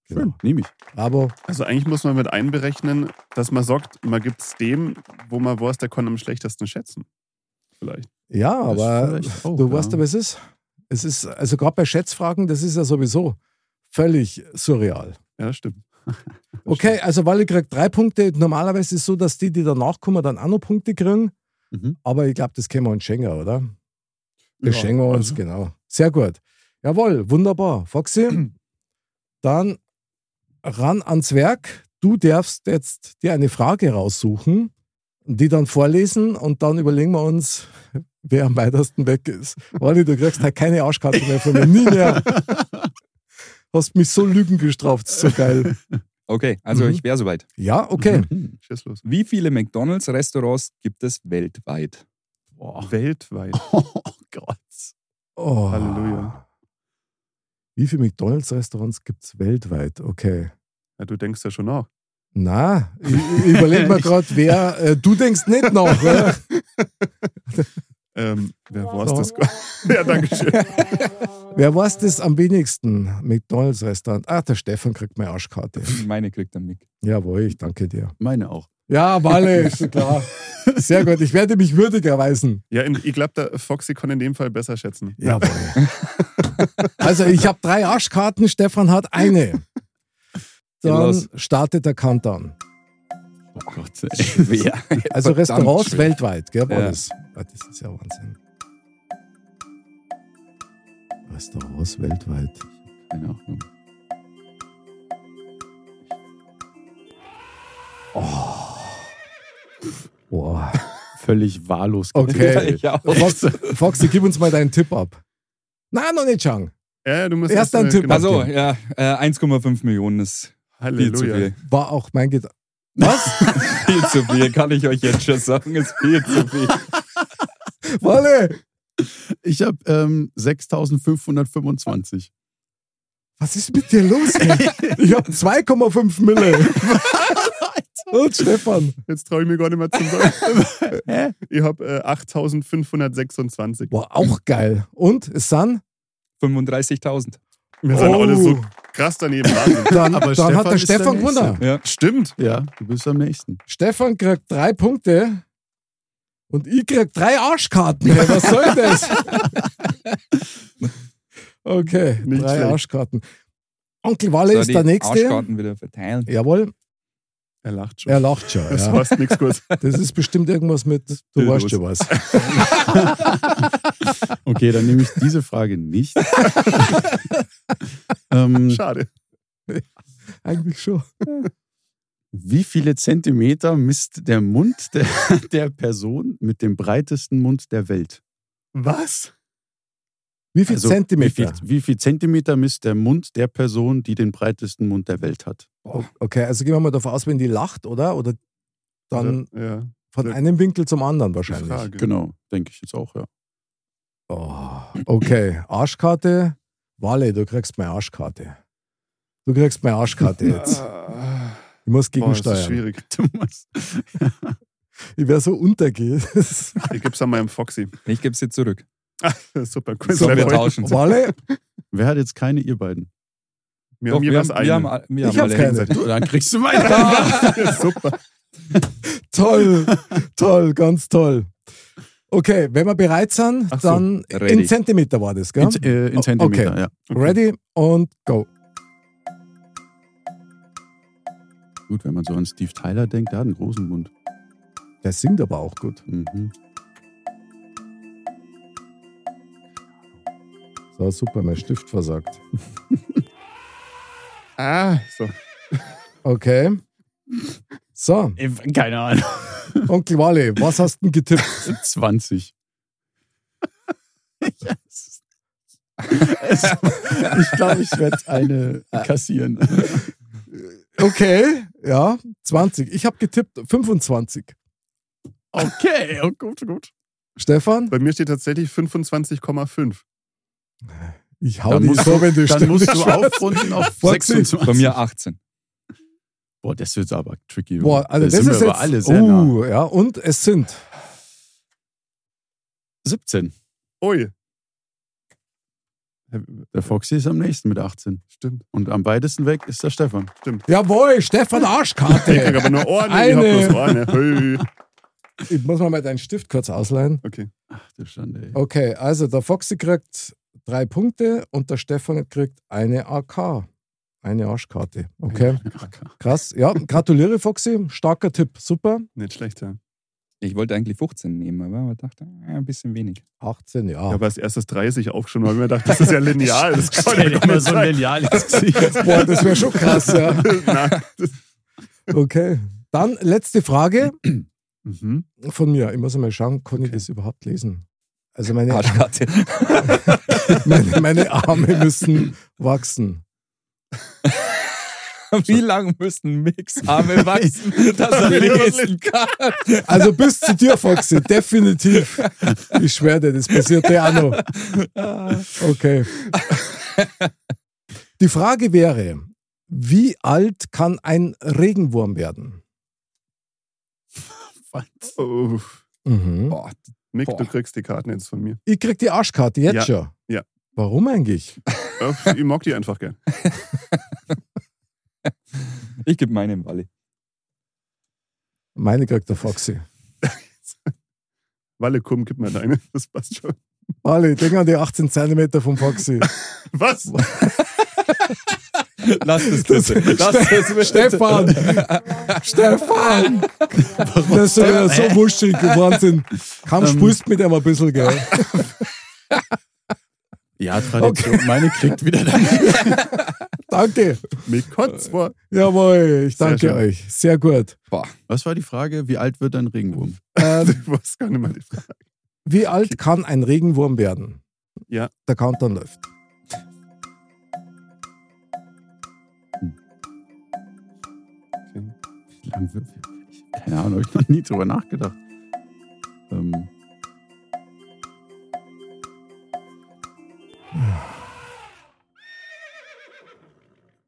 [SPEAKER 3] schön.
[SPEAKER 1] Genau.
[SPEAKER 3] Nehme ich.
[SPEAKER 1] Aber
[SPEAKER 5] Also eigentlich muss man mit einberechnen, dass man sagt, man gibt es dem, wo man weiß, der kann am schlechtesten schätzen. Vielleicht.
[SPEAKER 1] ja,
[SPEAKER 3] Das
[SPEAKER 1] aber
[SPEAKER 3] vielleicht auch,
[SPEAKER 1] du
[SPEAKER 3] ja.
[SPEAKER 1] weißt ja, was es ist. Es ist, also gerade bei Schätzfragen, das ist ja sowieso völlig surreal.
[SPEAKER 5] Ja, das stimmt.
[SPEAKER 1] Okay, also Walle kriegt drei Punkte. Normalerweise ist es so, dass die, die danach kommen, dann auch noch Punkte kriegen.
[SPEAKER 3] Mhm.
[SPEAKER 1] Aber ich glaube, das kennen wir uns schenken, oder? Das
[SPEAKER 5] Ja,
[SPEAKER 1] schenken wir uns,
[SPEAKER 5] also.
[SPEAKER 1] genau. Sehr gut. Jawohl, wunderbar. Foxy, dann ran ans Werk. Du darfst jetzt dir eine Frage raussuchen, die dann vorlesen und dann überlegen wir uns, wer am weitesten weg ist. Wally, du kriegst halt keine Arschkarte mehr von mir. Nie mehr. Hast mich so Lügen gestraft. Ist so geil.
[SPEAKER 4] Okay, also
[SPEAKER 1] Mhm.
[SPEAKER 4] ich wäre soweit.
[SPEAKER 1] Ja, okay.
[SPEAKER 3] Mhm.
[SPEAKER 5] Schieß los.
[SPEAKER 4] Wie viele McDonalds-Restaurants gibt es weltweit?
[SPEAKER 3] Boah.
[SPEAKER 5] Weltweit.
[SPEAKER 3] Oh Gott.
[SPEAKER 1] Oh.
[SPEAKER 5] Halleluja.
[SPEAKER 1] Wie viele McDonalds-Restaurants gibt es weltweit? Okay.
[SPEAKER 5] Ja, du denkst ja schon nach.
[SPEAKER 1] Na, ich, ich überleg mal gerade, wer. Äh, du denkst nicht noch. Oder?
[SPEAKER 5] Ähm, wer war
[SPEAKER 1] So.
[SPEAKER 5] das? ja, danke schön.
[SPEAKER 1] Wer weiß das am wenigsten? McDonalds-Restaurant. Ach, der Stefan kriegt meine Arschkarte.
[SPEAKER 4] Meine kriegt der Mick.
[SPEAKER 1] Jawohl, ich danke dir.
[SPEAKER 3] Meine auch.
[SPEAKER 1] Ja, Walle, ist schon klar. Sehr gut, ich werde mich würdig erweisen.
[SPEAKER 5] Ja, in, ich glaube, der Foxy kann in dem Fall besser schätzen.
[SPEAKER 1] Jawohl. Also, ich habe drei Arschkarten, Stefan hat eine. Dann
[SPEAKER 4] los.
[SPEAKER 1] startet der Countdown.
[SPEAKER 3] Oh Gott. Ey.
[SPEAKER 1] Also
[SPEAKER 4] Verdammt
[SPEAKER 1] Restaurants
[SPEAKER 4] schwer.
[SPEAKER 1] weltweit, gell?
[SPEAKER 4] Ja.
[SPEAKER 1] Alles. Ah, Das ist ja Wahnsinn. Restaurants weltweit.
[SPEAKER 3] Keine Ahnung.
[SPEAKER 1] Boah.
[SPEAKER 3] Völlig wahllos.
[SPEAKER 1] Okay.
[SPEAKER 3] getippt, ey.
[SPEAKER 4] Ich auch.
[SPEAKER 1] Foxy, Foxy, gib uns mal deinen Tipp ab. Na, noch nicht, Chang.
[SPEAKER 5] Ja, ja, du musst
[SPEAKER 1] Erst
[SPEAKER 5] erst,
[SPEAKER 1] ein
[SPEAKER 5] äh,
[SPEAKER 1] Tipp.
[SPEAKER 5] genau.
[SPEAKER 4] Also, ja, äh, 1,5 Millionen ist viel zu
[SPEAKER 5] Halleluja.
[SPEAKER 4] viel.
[SPEAKER 1] War auch mein Gedanke. Was?
[SPEAKER 4] Viel zu viel, kann ich euch jetzt schon sagen, ist viel zu viel.
[SPEAKER 1] Wolle!
[SPEAKER 3] Ich habe ähm, 6525.
[SPEAKER 1] Was ist mit dir los? Ey? Ich habe 2,5 Mille. Und Stefan.
[SPEAKER 5] Jetzt traue ich mir gar nicht mehr zu sagen. ich habe äh, 8526.
[SPEAKER 1] Boah, auch geil. Und es sind?
[SPEAKER 4] 35.000.
[SPEAKER 5] Wir sind
[SPEAKER 1] Oh.
[SPEAKER 5] alle so krass daneben. Wahnsinn.
[SPEAKER 1] Dann,
[SPEAKER 3] Aber
[SPEAKER 1] dann hat
[SPEAKER 3] Stefan
[SPEAKER 1] der
[SPEAKER 3] ist der
[SPEAKER 1] Stefan
[SPEAKER 3] Nächste.
[SPEAKER 1] gewonnen.
[SPEAKER 5] Stimmt.
[SPEAKER 3] Ja, du bist am nächsten.
[SPEAKER 1] Stefan kriegt drei Punkte und ich krieg drei Arschkarten. Ey, was soll das? Okay,
[SPEAKER 5] Nicht
[SPEAKER 1] drei
[SPEAKER 5] schlecht.
[SPEAKER 1] Arschkarten. Onkel Walle
[SPEAKER 4] So,
[SPEAKER 1] ist
[SPEAKER 4] die
[SPEAKER 1] der Nächste.
[SPEAKER 4] Arschkarten wieder verteilen.
[SPEAKER 1] Jawohl,
[SPEAKER 5] Er lacht schon.
[SPEAKER 1] er lacht schon.
[SPEAKER 5] Das
[SPEAKER 1] Ja.
[SPEAKER 5] passt nichts kurz.
[SPEAKER 1] Das ist bestimmt irgendwas mit, du
[SPEAKER 4] Dildos.
[SPEAKER 1] weißt schon was.
[SPEAKER 3] Okay, dann nehme ich diese Frage nicht. ähm,
[SPEAKER 5] Schade.
[SPEAKER 1] Eigentlich schon.
[SPEAKER 3] wie viele Zentimeter misst der Mund der, der Person mit dem breitesten Mund der Welt?
[SPEAKER 5] Was?
[SPEAKER 1] Wie viel
[SPEAKER 3] Also,
[SPEAKER 1] Zentimeter?
[SPEAKER 3] Wie viel, wie viel Zentimeter misst der Mund der Person, die den breitesten Mund der Welt hat?
[SPEAKER 1] Okay, also gehen wir mal davon aus, wenn die lacht, oder? Oder dann
[SPEAKER 5] ja, ja,
[SPEAKER 1] von
[SPEAKER 5] Ja.
[SPEAKER 1] einem Winkel zum anderen
[SPEAKER 5] Also, die
[SPEAKER 1] wahrscheinlich.
[SPEAKER 5] Frage.
[SPEAKER 3] Genau, denke ich jetzt auch, ja.
[SPEAKER 1] Oh, okay, Arschkarte. Wale, du kriegst meine Arschkarte. Du kriegst meine Arschkarte jetzt.
[SPEAKER 5] Ah,
[SPEAKER 1] Ich muss
[SPEAKER 5] boah, das ist
[SPEAKER 1] gegensteuern.
[SPEAKER 5] schwierig.
[SPEAKER 3] Du machst-
[SPEAKER 1] ich wäre so untergeht.
[SPEAKER 5] Ich gib's Ah, an meinem Foxy.
[SPEAKER 4] Ich gebe sie zurück.
[SPEAKER 5] Super, cool.
[SPEAKER 4] So, wir
[SPEAKER 5] Leute,
[SPEAKER 4] tauschen.
[SPEAKER 1] Wale,
[SPEAKER 3] Wer hat jetzt keine, ihr beiden?
[SPEAKER 5] Wir
[SPEAKER 4] Doch,
[SPEAKER 5] haben jeweils
[SPEAKER 4] wir,
[SPEAKER 5] einen.
[SPEAKER 4] haben, wir haben, wir
[SPEAKER 1] Ich
[SPEAKER 4] haben
[SPEAKER 1] hab keine.
[SPEAKER 4] gegenseitig.
[SPEAKER 3] Dann kriegst du weiter.
[SPEAKER 5] Super.
[SPEAKER 1] toll, toll, ganz toll. Okay, wenn wir bereit sind,
[SPEAKER 5] Ach so,
[SPEAKER 1] dann in
[SPEAKER 4] ready.
[SPEAKER 1] Zentimeter war das, gell?
[SPEAKER 3] In, äh, in Zentimeter,
[SPEAKER 1] Okay.
[SPEAKER 3] ja.
[SPEAKER 1] Ready und go.
[SPEAKER 3] Gut, wenn man so an Steve Tyler denkt, der hat einen großen Mund.
[SPEAKER 1] Der singt aber auch gut.
[SPEAKER 3] Mhm.
[SPEAKER 1] So, super, mein Stift versagt.
[SPEAKER 5] Ah, so.
[SPEAKER 1] Okay. So,
[SPEAKER 3] Keine Ahnung.
[SPEAKER 1] Onkel Wale, was hast du denn getippt?
[SPEAKER 3] 20. Yes. Es- ich glaube, ich werde eine kassieren.
[SPEAKER 1] Okay, ja, 20. Ich habe getippt 25.
[SPEAKER 3] Okay, oh, gut, gut.
[SPEAKER 1] Stefan,
[SPEAKER 5] Bei mir steht tatsächlich 25,5.
[SPEAKER 1] ich hau dich so, wenn du
[SPEAKER 3] dann musst du
[SPEAKER 1] stimmst.
[SPEAKER 3] aufrunden auf
[SPEAKER 1] Foxy.
[SPEAKER 3] 26.
[SPEAKER 4] Bei mir 18.
[SPEAKER 3] Boah, das wird aber tricky.
[SPEAKER 1] Boah, also
[SPEAKER 3] da
[SPEAKER 1] das
[SPEAKER 3] sind
[SPEAKER 1] ist
[SPEAKER 3] wir
[SPEAKER 1] jetzt.
[SPEAKER 3] aber alle sehr nah.
[SPEAKER 1] uh, ja, und es sind.
[SPEAKER 3] 17.
[SPEAKER 5] Ui.
[SPEAKER 3] Der Foxy ist am nächsten mit 18.
[SPEAKER 5] Stimmt.
[SPEAKER 3] Und am weitesten weg ist der Stefan.
[SPEAKER 1] Jawohl, Stefan
[SPEAKER 5] Ich krieg
[SPEAKER 1] Arschkarte.
[SPEAKER 5] aber nur Ohren. Ich hab
[SPEAKER 1] Eine.
[SPEAKER 5] bloß Ohren. Hey.
[SPEAKER 1] ich muss mal mal deinen Stift kurz ausleihen.
[SPEAKER 5] Okay.
[SPEAKER 3] Ach, du Schande. ey.
[SPEAKER 1] Okay, also der Foxy kriegt drei Punkte und der Stefan kriegt eine AK. Eine Arschkarte. Okay, krass. Ja, gratuliere, Foxy. Starker Tipp. Super.
[SPEAKER 5] Nicht schlecht, ja.
[SPEAKER 4] Ich wollte eigentlich 15 nehmen, aber ich dachte, äh, ein bisschen wenig.
[SPEAKER 1] 18, ja.
[SPEAKER 5] Ich habe als erstes 30 aufgeschrieben, weil ich mir dachte, das ist ja lineal. Das kann
[SPEAKER 3] Stell
[SPEAKER 5] ja
[SPEAKER 3] dir
[SPEAKER 5] gar
[SPEAKER 3] mal
[SPEAKER 5] nicht
[SPEAKER 3] so ein
[SPEAKER 5] sein.
[SPEAKER 3] Lineal ins Gesicht.
[SPEAKER 1] Boah, das wäre schon krass, ja.
[SPEAKER 5] Nein.
[SPEAKER 1] Okay. Dann letzte Frage
[SPEAKER 5] Mhm.
[SPEAKER 1] von mir. Ich muss mal schauen, kann ich das überhaupt lesen? Also
[SPEAKER 5] Ah,
[SPEAKER 1] meine,
[SPEAKER 4] Arschkarte.
[SPEAKER 1] meine, meine Arme müssen wachsen.
[SPEAKER 4] Wie lange müssen Mixarme wachsen, dass er lesen kann?
[SPEAKER 1] Also bis zu dir, Foxy, definitiv. Ich schwöre dir, das passiert dir auch noch.
[SPEAKER 5] Ah.
[SPEAKER 1] Okay. Die Frage wäre, wie alt kann ein Regenwurm werden?
[SPEAKER 5] Uff.
[SPEAKER 1] Mhm.
[SPEAKER 4] Boah,
[SPEAKER 5] Mick,
[SPEAKER 4] Boah.
[SPEAKER 5] du kriegst die Karten jetzt von mir.
[SPEAKER 1] Ich krieg die Arschkarte jetzt
[SPEAKER 5] Ja.
[SPEAKER 1] schon.
[SPEAKER 5] Ja.
[SPEAKER 1] Warum eigentlich?
[SPEAKER 5] Uff, Ich mag die einfach gern.
[SPEAKER 4] ich gebe meine im Walli.
[SPEAKER 1] Meine kriegt der Foxy.
[SPEAKER 5] Walle, komm, gib mal deine. Das passt schon.
[SPEAKER 1] Alle, denk an die 18 Zentimeter vom Foxy.
[SPEAKER 5] Was?
[SPEAKER 4] Lass das bitte. Lass das bitte.
[SPEAKER 1] Stefan! Stefan! Das ist ja so wuschig, Wahnsinn. Kaum
[SPEAKER 3] Ähm.
[SPEAKER 1] spulst mit ihm ein bisschen, gell?
[SPEAKER 3] Ja, Tradition. Meine kriegt wieder deine.
[SPEAKER 1] Danke.
[SPEAKER 5] Mick kotzt vor.
[SPEAKER 1] Jawohl, ich
[SPEAKER 5] Sehr
[SPEAKER 1] danke
[SPEAKER 5] schön.
[SPEAKER 1] euch. Sehr gut.
[SPEAKER 4] Boah,
[SPEAKER 3] Was war die Frage? Wie alt wird ein Regenwurm?
[SPEAKER 1] Ähm,
[SPEAKER 5] Ich weiß gar nicht mal die Frage.
[SPEAKER 1] wie alt kann ein Regenwurm werden?
[SPEAKER 5] Ja.
[SPEAKER 1] Der Countdown läuft.
[SPEAKER 3] Wie lang wird ich? Keine Ahnung, habe ich noch nie drüber nachgedacht. Ähm,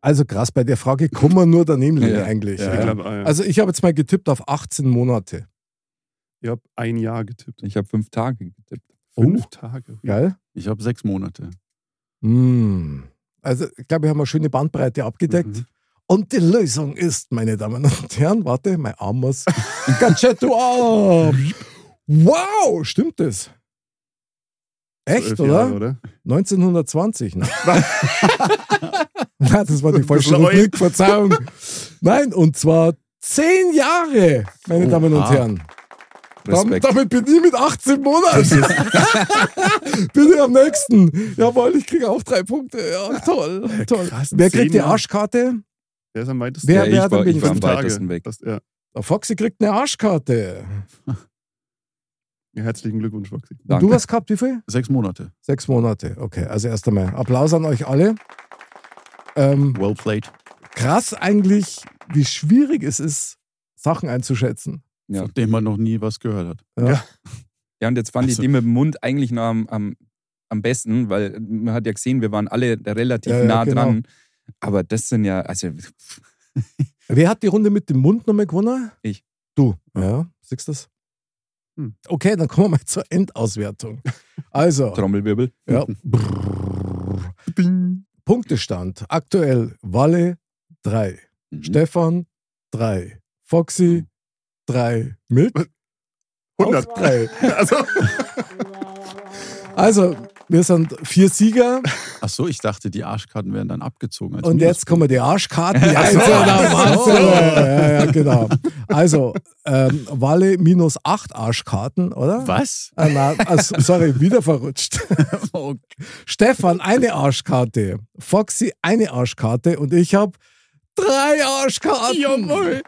[SPEAKER 1] Also krass, bei der Frage kann man nur daneben liegen
[SPEAKER 4] Ja,
[SPEAKER 1] eigentlich.
[SPEAKER 5] Ich
[SPEAKER 1] ja.
[SPEAKER 5] glaube, ah, ja.
[SPEAKER 1] Also ich habe jetzt mal getippt auf 18 Monate.
[SPEAKER 5] ich habe ein Jahr getippt.
[SPEAKER 4] ich habe fünf Tage getippt.
[SPEAKER 5] Fünf Tage.
[SPEAKER 1] Geil.
[SPEAKER 3] ich habe sechs Monate.
[SPEAKER 1] Mm. Also ich glaube, wir haben eine schöne Bandbreite abgedeckt.
[SPEAKER 5] Mhm.
[SPEAKER 1] Und die Lösung ist, meine Damen und Herren, warte, mein Arm muss. Gadgetto Arm! Wow, stimmt das? Echt,
[SPEAKER 5] Zwölf
[SPEAKER 1] oder?
[SPEAKER 5] Jahre, oder?
[SPEAKER 1] 1920, ne? Nein, das war die falsche
[SPEAKER 5] Das war
[SPEAKER 1] Rubrik, Verzeihung. Nein, und zwar zehn Jahre, meine Damen und
[SPEAKER 3] Oha.
[SPEAKER 1] Herren. Dam-
[SPEAKER 4] Respekt.
[SPEAKER 1] Damit bin ich mit 18 Monaten. bin ich am nächsten. Jawohl, ich kriege auch drei Punkte. Ja, toll, toll.
[SPEAKER 5] krass,
[SPEAKER 1] Wer
[SPEAKER 5] zehn
[SPEAKER 1] kriegt die
[SPEAKER 5] Jahre.
[SPEAKER 1] Arschkarte?
[SPEAKER 5] Der ist am weitesten.
[SPEAKER 1] Wer,
[SPEAKER 4] Ja,
[SPEAKER 1] wer
[SPEAKER 4] ich
[SPEAKER 1] hat
[SPEAKER 4] war-
[SPEAKER 1] am
[SPEAKER 4] ich
[SPEAKER 1] wenigsten?
[SPEAKER 4] war am
[SPEAKER 5] Tage.
[SPEAKER 4] weitesten weg.
[SPEAKER 5] Das, ja.
[SPEAKER 1] Der Foxy kriegt eine Arschkarte.
[SPEAKER 5] Ja, herzlichen Glückwunsch, Waxi.
[SPEAKER 1] Und
[SPEAKER 4] Danke.
[SPEAKER 1] du hast gehabt, wie viel?
[SPEAKER 3] Sechs Monate.
[SPEAKER 1] Sechs Monate. Okay, also erst einmal Applaus an euch alle. Ähm,
[SPEAKER 3] Well played.
[SPEAKER 1] krass eigentlich, wie schwierig es ist, Sachen einzuschätzen.
[SPEAKER 4] Ja.
[SPEAKER 3] Von dem man noch nie was gehört hat.
[SPEAKER 4] Ja, und jetzt fand
[SPEAKER 3] Also-
[SPEAKER 4] ich die mit dem Mund eigentlich noch am, am, am besten, weil man hat ja gesehen, wir waren alle relativ
[SPEAKER 1] Ja, ja,
[SPEAKER 4] nah
[SPEAKER 1] genau.
[SPEAKER 4] dran. Aber das sind ja, also
[SPEAKER 1] Wer hat die Runde mit dem Mund nochmal gewonnen?
[SPEAKER 4] Ich.
[SPEAKER 1] Du. Ja, siehst du das?
[SPEAKER 5] Hm.
[SPEAKER 1] Okay, dann kommen wir mal zur Endauswertung. Also,
[SPEAKER 4] Trommelwirbel.
[SPEAKER 1] ja. Brrr. Punktestand. Aktuell Walle 3,
[SPEAKER 3] Mhm.
[SPEAKER 1] Stefan 3, Foxy 3, Mick
[SPEAKER 5] 100.
[SPEAKER 1] auch 3.
[SPEAKER 5] Also,
[SPEAKER 1] Also, wir sind vier Sieger
[SPEAKER 3] Ach so, ich dachte, die Arschkarten wären dann abgezogen. als
[SPEAKER 1] und jetzt
[SPEAKER 3] Minuspunkt.
[SPEAKER 1] kommen die Arschkarten, die einzelnen Einzelne. ja, ja, genau. Also, ähm, Walle minus acht Arschkarten, oder?
[SPEAKER 3] Was?
[SPEAKER 1] Ah, nein, ah, sorry, wieder verrutscht.
[SPEAKER 3] Oh,
[SPEAKER 1] Stefan, eine Arschkarte. Foxy, eine Arschkarte. Und ich habe drei Arschkarten. Jawohl.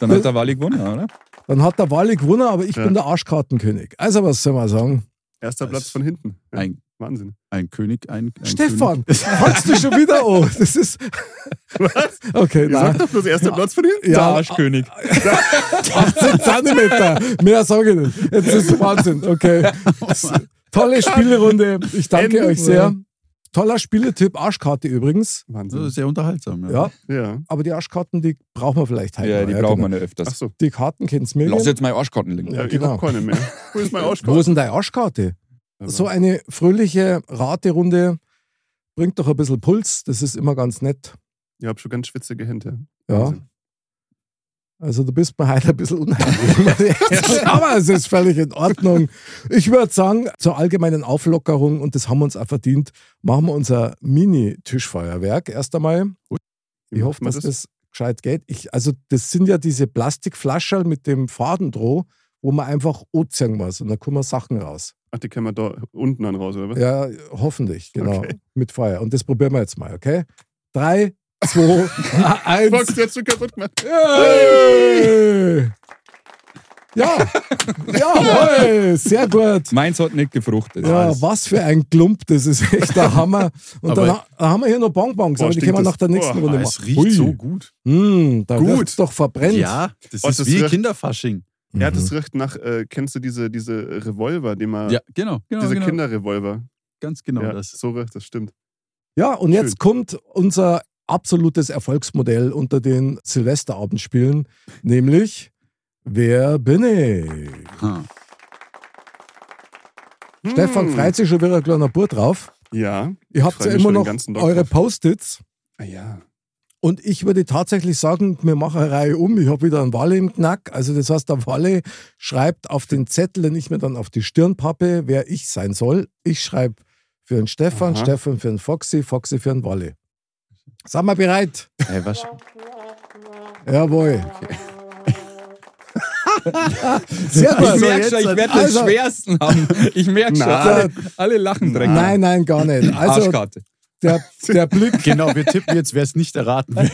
[SPEAKER 4] Dann hat der Wally gewonnen, oder?
[SPEAKER 1] Dann hat der Wally gewonnen, aber ich
[SPEAKER 5] Ja.
[SPEAKER 1] bin der Arschkartenkönig. Also, was soll man sagen?
[SPEAKER 5] erster Platz von hinten. Ja,
[SPEAKER 3] Ein,
[SPEAKER 5] Wahnsinn.
[SPEAKER 3] ein König, ein, ein
[SPEAKER 1] Stefan, fangst du schon wieder an? Das ist.
[SPEAKER 5] Was?
[SPEAKER 1] Okay,
[SPEAKER 5] Ihr sagt
[SPEAKER 1] nein.
[SPEAKER 5] doch bloß erster Platz von hinten.
[SPEAKER 1] Ja,
[SPEAKER 4] Arschkönig.
[SPEAKER 1] 18 Zentimeter. Mehr sage ich nicht. Jetzt ist Wahnsinn. Okay. Tolle Spielrunde. Ich danke
[SPEAKER 5] Ende.
[SPEAKER 1] euch sehr. Toller Spieletipp. Arschkarte übrigens.
[SPEAKER 3] König.
[SPEAKER 5] Wahnsinn.
[SPEAKER 3] Sehr unterhaltsam. Ja.
[SPEAKER 1] Ja,
[SPEAKER 5] Ja.
[SPEAKER 1] aber die Arschkarten, die brauchen wir vielleicht heute.
[SPEAKER 4] Ja,
[SPEAKER 1] noch.
[SPEAKER 4] die brauchen wir
[SPEAKER 1] genau.
[SPEAKER 4] nicht
[SPEAKER 5] Ach
[SPEAKER 4] öfters.
[SPEAKER 5] so,
[SPEAKER 1] Die Karten kennt's mir.
[SPEAKER 4] Lass jetzt mal Arschkarten liegen.
[SPEAKER 1] Ja,
[SPEAKER 5] ja, ich
[SPEAKER 1] genau.
[SPEAKER 5] hab keine mehr. Wo ist mein
[SPEAKER 1] Wo
[SPEAKER 5] Arschkopf?
[SPEAKER 1] ist denn deine Arschkarte? So
[SPEAKER 4] genau.
[SPEAKER 5] ein
[SPEAKER 1] eine fröhliche Raterunde bringt doch ein bisschen Puls. Das ist immer ganz nett.
[SPEAKER 5] ich hab schon ganz schwitzige Hände.
[SPEAKER 1] Ja.
[SPEAKER 5] Wahnsinn.
[SPEAKER 1] Also du bist mir heute ein bisschen unheimlich. Aber es ist völlig in Ordnung. Ich würde sagen, zur allgemeinen Auflockerung, und das haben wir uns auch verdient, machen wir unser Mini-Tischfeuerwerk erst einmal.
[SPEAKER 5] Wie
[SPEAKER 1] Ich hoffe,
[SPEAKER 5] macht man
[SPEAKER 1] dass das gescheit geht. Ich, also das sind ja diese Plastikflaschen mit dem Faden drauf, wo man einfach anziehen muss und dann kommen Sachen raus.
[SPEAKER 5] Ach, die kämen da unten dann raus, oder was?
[SPEAKER 1] Ja, hoffentlich, genau.
[SPEAKER 5] Okay.
[SPEAKER 1] Mit Feuer. Und das probieren wir jetzt mal, okay? Drei, zwei,
[SPEAKER 5] Fox,
[SPEAKER 1] eins.
[SPEAKER 5] du hast schon kaputt gemacht.
[SPEAKER 1] Yay! Ja, jawohl, sehr gut.
[SPEAKER 4] Meins hat nicht gefruchtet.
[SPEAKER 1] Ja, was für ein Klump, das ist echt der Hammer. Und dann,
[SPEAKER 3] Aber-
[SPEAKER 1] ha- dann haben wir hier noch Bonbons,
[SPEAKER 5] Boah,
[SPEAKER 1] aber die
[SPEAKER 5] stinkt
[SPEAKER 1] können wir
[SPEAKER 5] das.
[SPEAKER 1] nach der nächsten
[SPEAKER 5] Boah,
[SPEAKER 1] Runde
[SPEAKER 3] Ah,
[SPEAKER 1] machen.
[SPEAKER 3] es riecht
[SPEAKER 1] Ui.
[SPEAKER 3] so gut.
[SPEAKER 1] Mm, da
[SPEAKER 5] Gut.
[SPEAKER 1] riecht's doch verbrennt.
[SPEAKER 3] Ja, das
[SPEAKER 5] Oh,
[SPEAKER 3] ist
[SPEAKER 5] das
[SPEAKER 3] wie
[SPEAKER 5] riecht-
[SPEAKER 3] Kinderfasching.
[SPEAKER 1] Mhm.
[SPEAKER 5] Ja, das riecht nach, äh, kennst du diese, diese Revolver, die man,
[SPEAKER 3] Ja, genau, genau,
[SPEAKER 5] diese
[SPEAKER 3] genau.
[SPEAKER 5] Kinderrevolver.
[SPEAKER 3] Ganz genau
[SPEAKER 5] ja,
[SPEAKER 3] das.
[SPEAKER 5] so riecht, das stimmt.
[SPEAKER 1] Ja, und
[SPEAKER 5] Schön.
[SPEAKER 1] jetzt kommt unser absolutes Erfolgsmodell unter den Silvesterabendspielen, nämlich Wer bin ich?
[SPEAKER 3] Ha.
[SPEAKER 1] Stefan
[SPEAKER 5] Hm.
[SPEAKER 1] freut sich schon wieder ein kleiner Bur drauf.
[SPEAKER 5] Ja.
[SPEAKER 1] Ihr
[SPEAKER 5] Ich
[SPEAKER 1] habt
[SPEAKER 5] freu
[SPEAKER 1] ja
[SPEAKER 5] mich
[SPEAKER 1] immer
[SPEAKER 5] schon den
[SPEAKER 1] noch
[SPEAKER 5] ganzen Tag
[SPEAKER 1] eure
[SPEAKER 5] drauf.
[SPEAKER 1] Post-its.
[SPEAKER 5] Ah, ja.
[SPEAKER 1] Und ich würde tatsächlich sagen, wir machen eine Reihe um. Ich habe wieder einen Walle im Knack. Also das heißt, der Walle schreibt auf den Zettel, den ich mir dann auf die Stirnpappe, wer ich sein soll. Ich schreibe für den Stefan,
[SPEAKER 5] Aha.
[SPEAKER 1] Stefan für den Foxy, Foxy für den Walle. Sind wir bereit?
[SPEAKER 3] Hey, was?
[SPEAKER 1] Jawohl. Sehr gut.
[SPEAKER 4] Ich merke schon, ich werde den
[SPEAKER 1] Also-
[SPEAKER 4] schwersten haben. Ich merke schon, alle, alle lachen direkt.
[SPEAKER 1] Nein, nein, gar nicht. Also
[SPEAKER 4] Arschkarte.
[SPEAKER 1] der, der Blick,
[SPEAKER 3] Genau, wir tippen jetzt, wer es nicht erraten wird.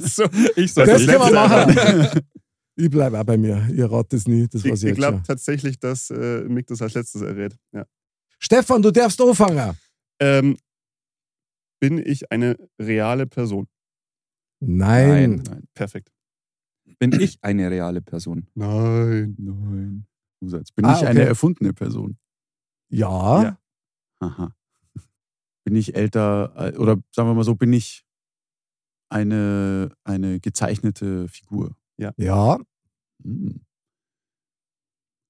[SPEAKER 4] So, ich soll
[SPEAKER 1] das können
[SPEAKER 4] das
[SPEAKER 1] wir
[SPEAKER 4] letzte
[SPEAKER 1] machen. Ich bleibe auch bei mir. Ihr ratet es nie. Das weiß ich
[SPEAKER 5] Ich, ich
[SPEAKER 1] jetzt schon.
[SPEAKER 5] glaube tatsächlich, dass äh, Mick das als letztes errät. Ja.
[SPEAKER 1] Stefan, du darfst anfangen.
[SPEAKER 5] Ähm, bin ich eine reale Person?
[SPEAKER 1] Nein.
[SPEAKER 4] nein.
[SPEAKER 5] Perfekt.
[SPEAKER 4] Bin ich eine reale Person?
[SPEAKER 5] Nein.
[SPEAKER 3] Nein. Zusatz. Bin
[SPEAKER 1] Ah,
[SPEAKER 3] ich
[SPEAKER 1] okay.
[SPEAKER 3] eine erfundene Person?
[SPEAKER 1] Ja.
[SPEAKER 5] Ja.
[SPEAKER 3] Aha. Bin ich älter, äh, oder sagen wir mal so, bin ich eine, eine gezeichnete Figur?
[SPEAKER 1] Ja.
[SPEAKER 3] Hm.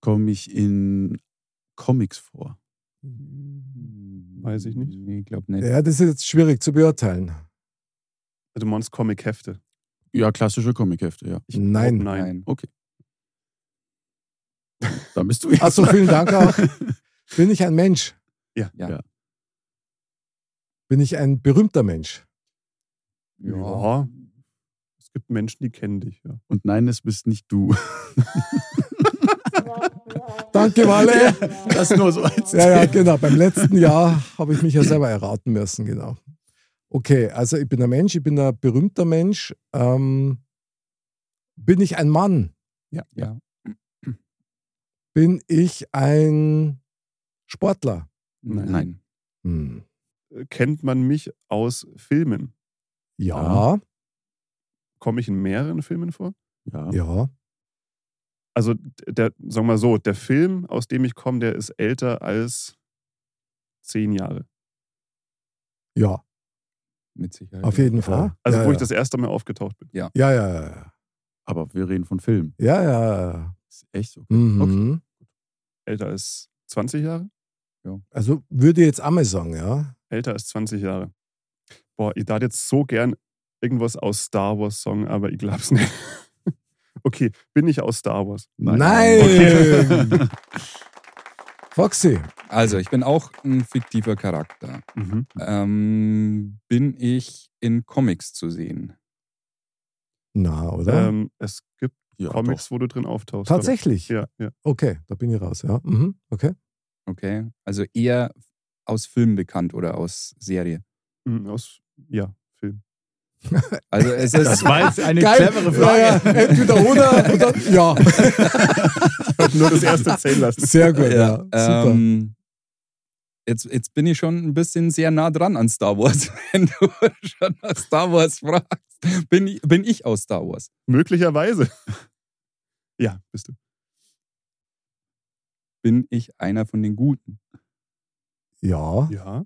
[SPEAKER 3] Komme ich in Comics vor?
[SPEAKER 5] Weiß ich nicht.
[SPEAKER 4] Nee, ich glaube nicht.
[SPEAKER 1] Ja, das ist jetzt schwierig zu beurteilen.
[SPEAKER 5] Also, Du meinst Comic-Hefte.
[SPEAKER 3] Ja, klassische Comichefte, ja.
[SPEAKER 1] Nein.
[SPEAKER 5] Nein.
[SPEAKER 4] Nein.
[SPEAKER 3] Da bist du jetzt.
[SPEAKER 1] Achso, Also, vielen Dank auch. Bin ich ein Mensch?
[SPEAKER 4] Ja.
[SPEAKER 3] Ja.
[SPEAKER 1] Bin ich ein berühmter Mensch?
[SPEAKER 5] Ja. Es gibt Menschen, die kennen dich. Ja.
[SPEAKER 3] Und nein, es bist nicht du.
[SPEAKER 1] Danke, Walle.
[SPEAKER 3] Das nur so als.
[SPEAKER 1] Ja, ja, genau. Beim letzten Jahr habe ich mich ja selber erraten müssen, genau. Okay, also ich bin ein Mensch, ich bin ein berühmter Mensch. Ähm, bin ich ein Mann?
[SPEAKER 4] Ja.
[SPEAKER 1] Bin ich ein Sportler?
[SPEAKER 4] Nein.
[SPEAKER 3] Nein.
[SPEAKER 1] Hm.
[SPEAKER 5] Kennt man mich aus Filmen?
[SPEAKER 1] Ja,
[SPEAKER 5] Komme ich in mehreren Filmen vor?
[SPEAKER 3] Ja.
[SPEAKER 1] ja. ja.
[SPEAKER 5] Also, der, sagen wir mal so, der Film, aus dem ich komme, der ist älter als zehn Jahre.
[SPEAKER 4] Mit Sicherheit.
[SPEAKER 1] auf
[SPEAKER 4] ja.
[SPEAKER 1] jeden Fall.
[SPEAKER 5] Also,
[SPEAKER 1] ja,
[SPEAKER 5] wo
[SPEAKER 1] ja.
[SPEAKER 5] ich das erste Mal aufgetaucht bin.
[SPEAKER 1] Ja, ja, ja.
[SPEAKER 3] Aber wir reden von Film.
[SPEAKER 1] Ja, ja, ja.
[SPEAKER 3] Ist echt so.
[SPEAKER 1] Mhm.
[SPEAKER 5] Älter als 20 Jahre?
[SPEAKER 1] Also würde ich jetzt einmal sagen, ja.
[SPEAKER 5] Älter als 20 Jahre. Boah, ich darf jetzt so gern irgendwas aus Star Wars Song, aber ich glaub's nicht. Okay, bin ich aus Star Wars?
[SPEAKER 1] Nein!
[SPEAKER 5] Okay.
[SPEAKER 1] Foxy.
[SPEAKER 4] Also, ich bin auch ein fiktiver Charakter.
[SPEAKER 5] Mhm.
[SPEAKER 4] Ähm, bin ich in Comics zu sehen?
[SPEAKER 1] Na, oder?
[SPEAKER 5] Ähm, es gibt
[SPEAKER 3] Ja,
[SPEAKER 5] Comics, wo du drin auftauchst.
[SPEAKER 1] Tatsächlich.
[SPEAKER 5] Ja, ja.
[SPEAKER 1] Okay, da bin ich raus, ja. Mhm. Okay.
[SPEAKER 4] Okay. Also eher aus Film bekannt oder aus Serie.
[SPEAKER 5] Mhm, Aus, ja, Film.
[SPEAKER 4] Also es ist
[SPEAKER 3] Das war jetzt eine clevere
[SPEAKER 1] Ja, ja.
[SPEAKER 3] Frage.
[SPEAKER 1] Entweder oder, oder. Ja.
[SPEAKER 5] Nur das erste zählen lassen.
[SPEAKER 1] Sehr gut, ja.
[SPEAKER 4] Ja,
[SPEAKER 1] Super.
[SPEAKER 4] ähm, jetzt, jetzt bin ich schon ein bisschen sehr nah dran an Star Wars, wenn du schon nach Star Wars fragst. Bin, ich- bin ich aus Star Wars?
[SPEAKER 5] Möglicherweise. Ja, bist du.
[SPEAKER 4] Bin ich einer von den Guten?
[SPEAKER 1] ja.
[SPEAKER 5] Ja.